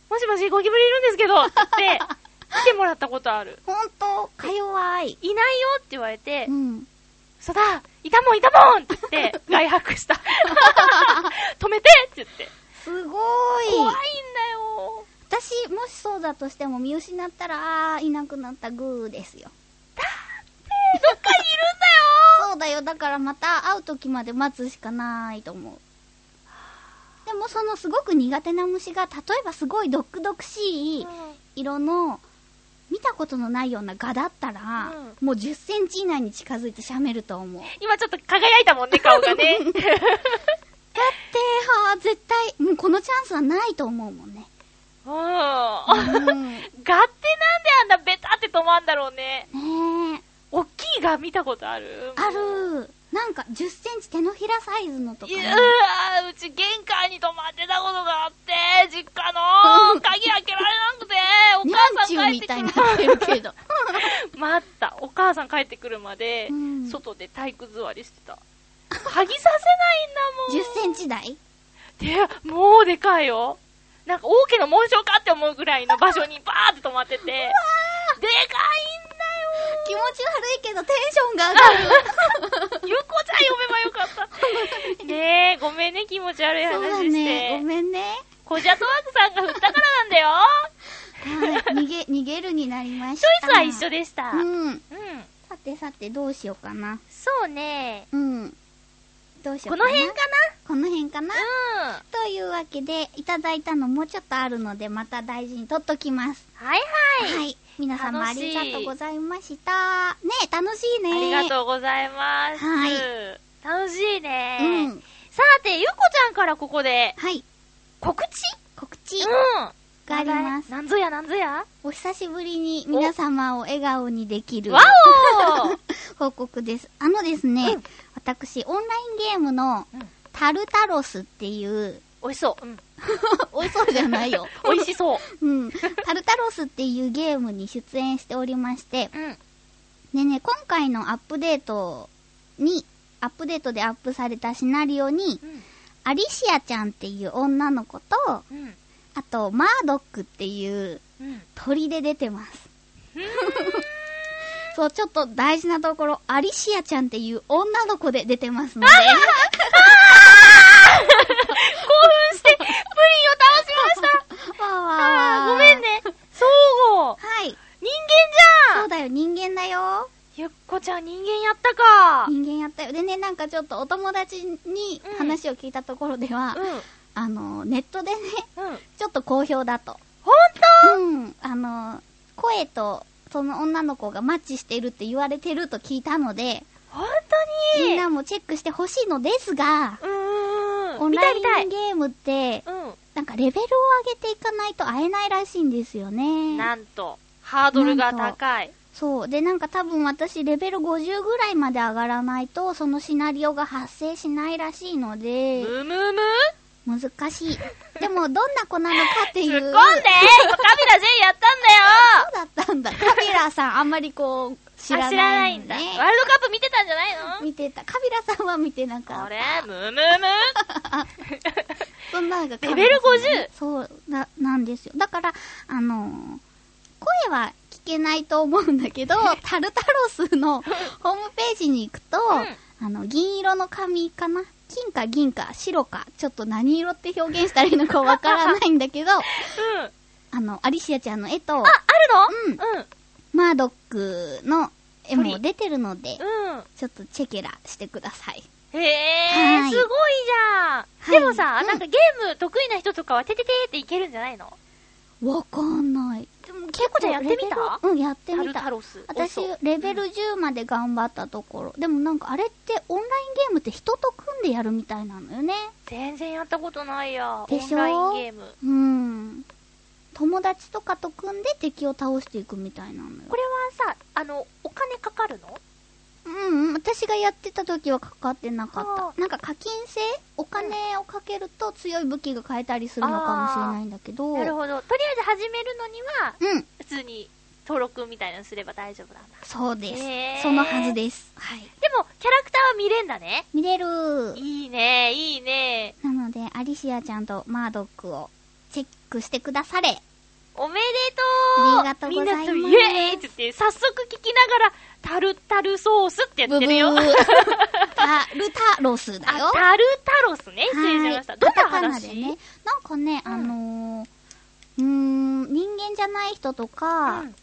S1: もしもしゴキブリいるんですけどって言って、来てもらったことある。
S2: ほんと、か弱い。
S1: いないよって言われて
S2: う、ん。
S1: そうだいたもんいたもんって言 って、外泊した。止めてって言って。
S2: すご
S1: 怖いん
S2: い
S1: だ。よ
S2: 私、もしそうだとしても見失ったら、あー、いなくなったグーですよ。だって、どっかにいるんだよそうだよ。だからまた会う時まで待つしかないと思う。でもそのすごく苦手な虫が、例えばすごい毒々しい色の、見たことのないような蛾だったら、もう10センチ以内に近づいて喋ると思う。
S1: 今ちょっと輝いたもんね、顔がね。
S2: で、はー、絶対、もうこのチャンスはないと思うもんね。
S1: うん。
S2: う
S1: ガってなんで
S2: ん、ね
S1: あんなベタって止まんだろうね。
S2: え。
S1: おっきいが見たことある
S2: あるなんか10センチ手のひらサイズのとか
S1: い
S2: ね、
S1: やーうち玄関に泊まってたことがあって、実家 の鍵開けられなくて、お
S2: ニ
S1: 母
S2: ャン
S1: さ
S2: チュ
S1: ん
S2: ー
S1: 帰っ
S2: み
S1: て
S2: たい
S1: く
S2: にな
S1: る
S2: ってるけど。
S1: 待った、お母さん帰ってくるまで、
S2: うん
S1: 外で体育座りしてた。鍵させないん
S2: 10
S1: だ
S2: センチ台
S1: もん。で、もうでかいよ。なんか王家の紋章かって思うぐらいの場所にバーって止まってて、でかいんだよ
S2: 気持ち悪いけどテンションが上が る。
S1: ゆうこちゃん呼べばよか った。ねえ、ごめんね、気持ち悪い
S2: そうだ
S1: 話し
S2: ね。ご
S1: て。
S2: めんね。
S1: コジャトワークさんが振ったからなんだよ。
S2: はい。逃げ、逃げるになりまし
S1: チョ
S2: た。
S1: イスは一緒でした。うん。
S2: うん。さてさて、どうしようかな。
S1: そうね。
S2: うん。どうしよ
S1: こ
S2: うかな。
S1: の辺か
S2: この辺かな。
S1: なうん。
S2: というわけで、いただいたのもうちょっとあるので、また大事に取っときます。
S1: はいはい。
S2: はい。皆様あ
S1: 楽し
S2: り
S1: い
S2: がとうございました。ね楽しいね。
S1: ありがとうございます。
S2: はい
S1: 楽しいね。
S2: うん。
S1: さて、ゆうこちゃんからここで、
S2: はい。
S1: 告知
S2: 告知
S1: うん。
S2: があります。
S1: なんぞやなんぞや
S2: お久しぶりに皆様を笑顔にできる
S1: わ お
S2: 報告です。あのですね、私、オンラインゲームの
S1: うん
S2: タルタロスっていう、
S1: 美味しそう。うん。
S2: 美味しそうじゃないよ。
S1: 美味しそう。
S2: うん。タルタロスっていうゲームに出演しておりまして、
S1: うん。
S2: でね、今回のアップデートに、アップデートでアップされたシナリオに、
S1: うん。
S2: アリシアちゃんっていう女の子と、
S1: うん。
S2: あと、マードックっていう
S1: うん。
S2: 鳥で出てます。そう、ちょっと大事なところ、アリシアちゃんっていう女の子で出てますので、
S1: プリンを倒しました
S2: わーわ
S1: あ
S2: ーわー
S1: ーごめん。ね。そうご。
S2: はい。
S1: 人
S2: そ
S1: 間じゃ
S2: う
S1: ん
S2: だよ、人間だよ。
S1: ゆっこちゃん人間やったか。
S2: 人間やったよ。でね、なんかちょっとお友達に
S1: うん
S2: 話を聞いたところでは、
S1: うん。
S2: あの、ネットでね、
S1: うん。
S2: ちょっと好評だと。
S1: ほんと
S2: うん、あの、声と、その女の子がマッチしてるって言われてると聞いたので、
S1: ほんと
S2: みん
S1: に
S2: なもチェックしてほしいのですが、
S1: うんうんう
S2: オ
S1: ん。
S2: ン
S1: 見
S2: ラ
S1: た
S2: イ
S1: い見た
S2: ン
S1: い。
S2: ゲームって、
S1: う
S2: なんかレベルを上げていかないと会えないらしいんですよね
S1: ん。。なんと、ハードルが高い。
S2: そう。で、なんか多分私レベル50ぐらいまで上がらないと、そのシナリオが発生しないらしいので、
S1: むむむ
S2: 難しい。でも、どんな子なのかってい
S1: 突っ込んで
S2: う。
S1: 今カビラ J やったん
S2: そうだったんだ。カビラさん、あんまりこう、知
S1: だよ
S2: ら
S1: あ
S2: ない、
S1: 知らないんだ。ワールドカップ見てたんじゃないの
S2: 見てた。カビラさんは見てなか
S1: こ
S2: っ
S1: れ
S2: た。、
S1: むむむ
S2: そんなのがカビラさん
S1: レベル50
S2: そうな、なんですよ。だから、あのー声は聞けないと思うんだ けど、タルタロスのホームページに行くと、
S1: う
S2: あの、銀色の紙かな金か銀か白か、ちょっと何色って表現したらいいのかわからないんだ けど、
S1: うん。
S2: あの、アリシアちゃんの絵と、
S1: あ、あ
S2: うん
S1: るのうん。
S2: マードックの絵も出てるので、
S1: うん。
S2: ちょっとチェケラしてください。
S1: へ
S2: は
S1: ー、
S2: い
S1: すごいじゃん。
S2: はい
S1: でもさ、
S2: うん
S1: なんかゲーム得意な人とかは、てててーっていけるんじゃないの
S2: わかんない。でも結
S1: こちゃんやってみた
S2: うん、やって
S1: タ
S2: み
S1: ル
S2: た
S1: タ。ロス。
S2: 私
S1: おいしそう、
S2: レベル10まで頑張ったところ。でもなんかあれってオンラインゲームって人と組んでやるみたいなのよね。
S1: 全然やったことないや。オ
S2: でし
S1: ン
S2: ょ
S1: ラインゲーム。
S2: うん。友達とかと組んで敵を倒していくみたいなのよ。
S1: これはさ、あの、お金かかるの
S2: うんうん、私がやってた時はかかってなか
S1: は
S2: った。なんか課金制お金をかけると強い武器が買えたりするのかもしれないんだけど。
S1: なるほど。とりあえず始めるのには、
S2: うん、
S1: 普通に登録みたいなのすれば大丈夫なんだ。
S2: そうです。
S1: へー
S2: そのはずです。はい。
S1: でも、キャラクターは見れんだね。
S2: 見れる。
S1: いいね、いいね。
S2: なので、アリシアちゃんとマードックをチェックしてくだされ。
S1: おめでとう
S2: ありがとうございます
S1: みんなとイエーイって言って、早速聞きながら、タルタルソースってやってるよ。
S2: ブ ブータルタロスだよ。
S1: あ、タルタロスね。失礼しました。どんな
S2: カタカナ
S1: 話
S2: でね。なんかね、
S1: うん
S2: あのー、うーん、人間じゃない人とか、
S1: うん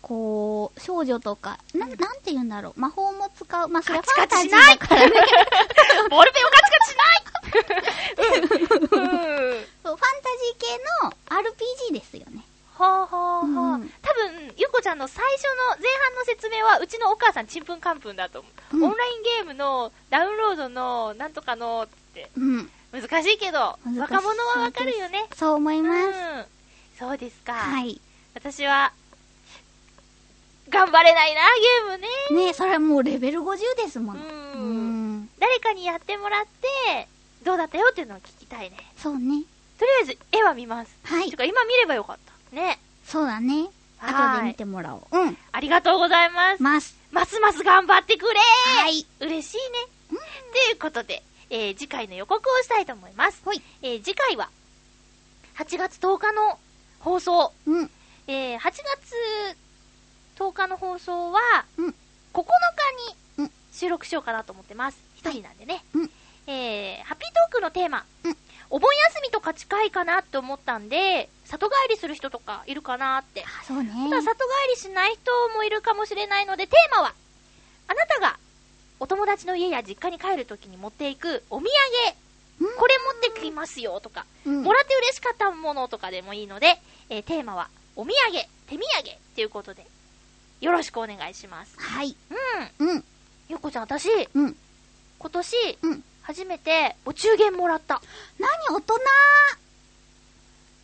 S2: こう、少女とか、な、なんて言うんだろう。魔法も使う。まあ、それは
S1: カチ
S2: フ
S1: カチ
S2: ァンタジ
S1: し
S2: ー
S1: ない
S2: だからね。
S1: ボールペンをカチ カチしないうん。うん
S2: そうファンタジー系の RPG ですよね。
S1: はあはあはあ、
S2: うん
S1: 多分ゆこちゃんの最初の前半の説明はうちのお母さんちんぷんかんぷんだと思う、
S2: うん
S1: オンラインゲームのダウンロードのなんとかのって
S2: うん。
S1: 難しいけど
S2: 難しい
S1: 若者はわかるよね
S2: そう思います。
S1: うんそうですか、
S2: はい。
S1: 私は頑張れないなゲームね
S2: ねそれはもうレベル50ですもの。
S1: う
S2: うんん。
S1: 誰かにやってもらってどうだったよっていうのを聞きたいね
S2: そうね。
S1: とりあえず絵は見ます
S2: は
S1: て
S2: い
S1: いう。か今見ればよかったね
S2: そうだね。
S1: はい
S2: 後で見てもらおう。うん。
S1: ありがとうございます
S2: ます。
S1: ますます頑張ってくれ
S2: はい。
S1: 嬉しいね。
S2: うん
S1: ということで、えー次回の予告をしたいと思います。
S2: ほい。
S1: えー次回は、8月10日の放送。
S2: うん。
S1: えー8月10日の放送は、
S2: うん
S1: 9日
S2: う
S1: に
S2: ん
S1: 収録しようかなと思ってます。一
S2: はい
S1: 人なんでね。
S2: うん
S1: えーハッピートークのテーマ、
S2: うん
S1: お盆休みとか近いかなって思ったんで、里帰りする人とかいるかなって。
S2: あ、そうね。
S1: ただ里帰りしない人もいるかもしれないので、テーマは、あなたがお友達の家や実家に帰るときに持っていくお土産、
S2: うん
S1: これ持ってきますよとか、
S2: うん
S1: もらって嬉しかったものとかでもいいので、えーテーマは、お土産、手土産ということで、よろしくお願いします。
S2: はい。
S1: うん。
S2: うん。
S1: ゆっこちゃん、私、
S2: うん。
S1: 今年、
S2: うん。
S1: 初めてお中元もらった。
S2: 何大人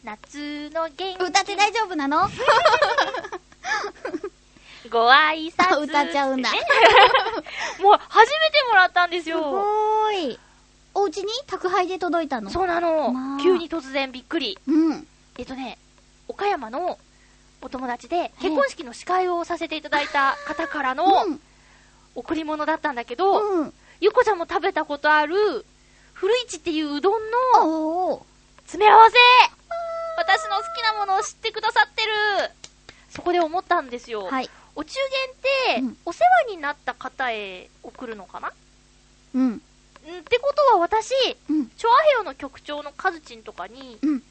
S1: 夏の元気
S2: 歌って大丈夫なの
S1: ご挨
S2: あ
S1: 拶。
S2: 歌っちゃうんだ。
S1: もう、初めてもらったんです
S2: す
S1: よ。
S2: ごーい。大人お家に宅配で届いたの。
S1: そうなの、
S2: まあ
S1: 急に突然びっくり。
S2: うん。
S1: えっとね、岡山のお友達で、結婚式の司会をさせていただいた方からの
S2: うん。
S1: 贈り物だったんだけど、
S2: うん。
S1: ゆこちゃんも食べたことある、古市っていううどんの
S2: おお。
S1: 詰め合わせ私の好きなものを知ってくださってるそこで思ったんですよ。
S2: はい。
S1: お中元って、
S2: うん
S1: お世話になった方へ送るのかな
S2: うん。
S1: んってことは私、
S2: うん。
S1: チョアヘヨの局長のカズチンとかに
S2: うん。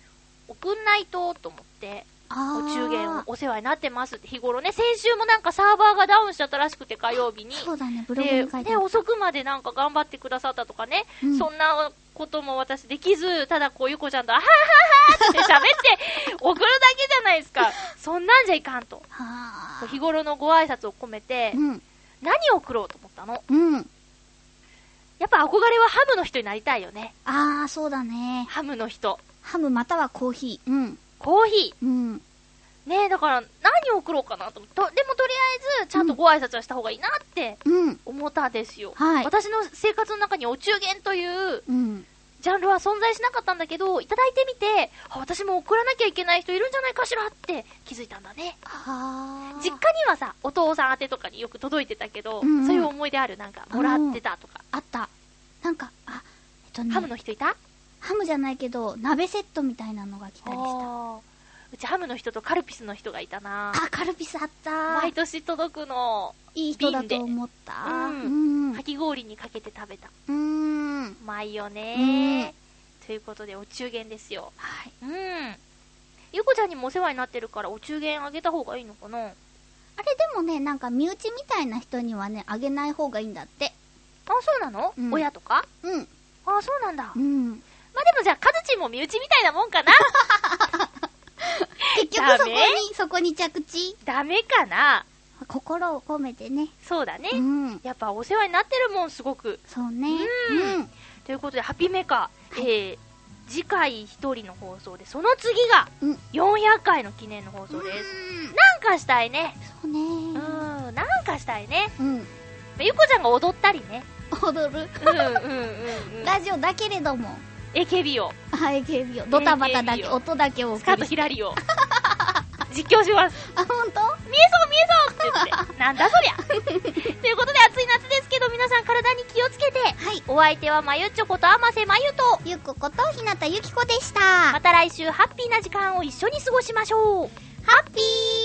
S1: 送んないとと思って、
S2: あ
S1: お
S2: ー
S1: 中元お世話になってますって日頃ね、先週もなんかサーバーがダウンしちゃったらしくて火曜日に。
S2: そうだね、ブログに
S1: で、
S2: 書いて
S1: ね、
S2: ある。
S1: 遅くまでなんか頑張ってくださったとかね、
S2: うん
S1: そんなことも私できず、ただこうゆこちゃんと、あはははって喋っ て送るだけじゃないですか。そんなんじゃいかんと。
S2: は
S1: 日頃のご挨拶を込めて
S2: ー、うん。
S1: 何を送ろうと思ったの
S2: うん。
S1: やっぱ憧れはハムの人になりたいよね。
S2: あー、そうだね。
S1: ハムの人。
S2: ハムまたはコーヒー。うん。
S1: コーヒ
S2: うん。
S1: ー。ねえ、だから何を送ろうかなと思って。とでもとりあえず、ちゃんとご挨拶はした方がいいなって
S2: うん。
S1: 思ったんですよ。
S2: はい
S1: 私の生活の中にお中元という
S2: うん。
S1: ジャンルは存在しなかったんだけど、いただいてみて、あ私も送らなきゃいけない人いるんじゃないかしらって気づいたんだね。
S2: はー。
S1: 実家にはさ、お父さん宛てとかによく届いてたけど、
S2: うんうん
S1: そういう思い出あるなんか、もらってたとか。
S2: あった。なんか、あ、えっとね、
S1: ハムの人いた
S2: ハムじゃないけど、鍋セットみたいなのが来たり
S1: あ
S2: した。
S1: ーうちハムの人とカルピスの人がいたな
S2: あ、カルピスあった。
S1: 毎年届くの
S2: いい人だと思った。
S1: う
S2: うん。
S1: かき氷にかけて食べた
S2: うーん。
S1: うまいよ
S2: うん
S1: ねということでお中元ですよ
S2: はい。
S1: うんゆこちゃんにもお世話になってるからお中元あげた方がいいのかなあ
S2: あれでもね、なんか身内みたいな人にはね、あげない方がいいんだって。
S1: そうなの、
S2: うん
S1: 親とか
S2: うん。
S1: あそうなんだ、まあで
S2: うん。
S1: もじゃあカズチンも身内みたいなもんかな
S2: 結局
S1: ダ
S2: そこ
S1: メ
S2: に、そこに着地
S1: ダメかな
S2: 心を込めてね。
S1: そうだね、
S2: うん。
S1: やっぱお世話になってるもんすごく
S2: そうね。
S1: うんということでハピメカ、
S2: は
S1: え
S2: い
S1: ー次回1人の放送でその次が
S2: うん。うん。
S1: 400回の記念の放送です、なんかしたいね。
S2: そう
S1: うん、
S2: ね。
S1: なんかしたいね。
S2: うん。
S1: ゆこちゃんが踊ったりね。
S2: 踊る。
S1: うん、うん、うん、
S2: ラジオ だけれども。
S1: AKB を、
S2: はい、警備を。ドタバタだけ、
S1: 警備を
S2: 音だけを
S1: スカ
S2: 送
S1: ート
S2: り。
S1: ヒラリを、実況し ます。
S2: あ、ほんと
S1: 見えそう、見えそうって言って。なんだそりゃ。ということで、暑い夏ですけど、皆さん体に気をつけて。
S2: はい。
S1: お相手はまゆっちょことあませまゆと、
S2: ゆっここと、ひなたゆきこでした。
S1: また来週ハッピーな時間を一緒に過ごしましょう。
S2: ハッピー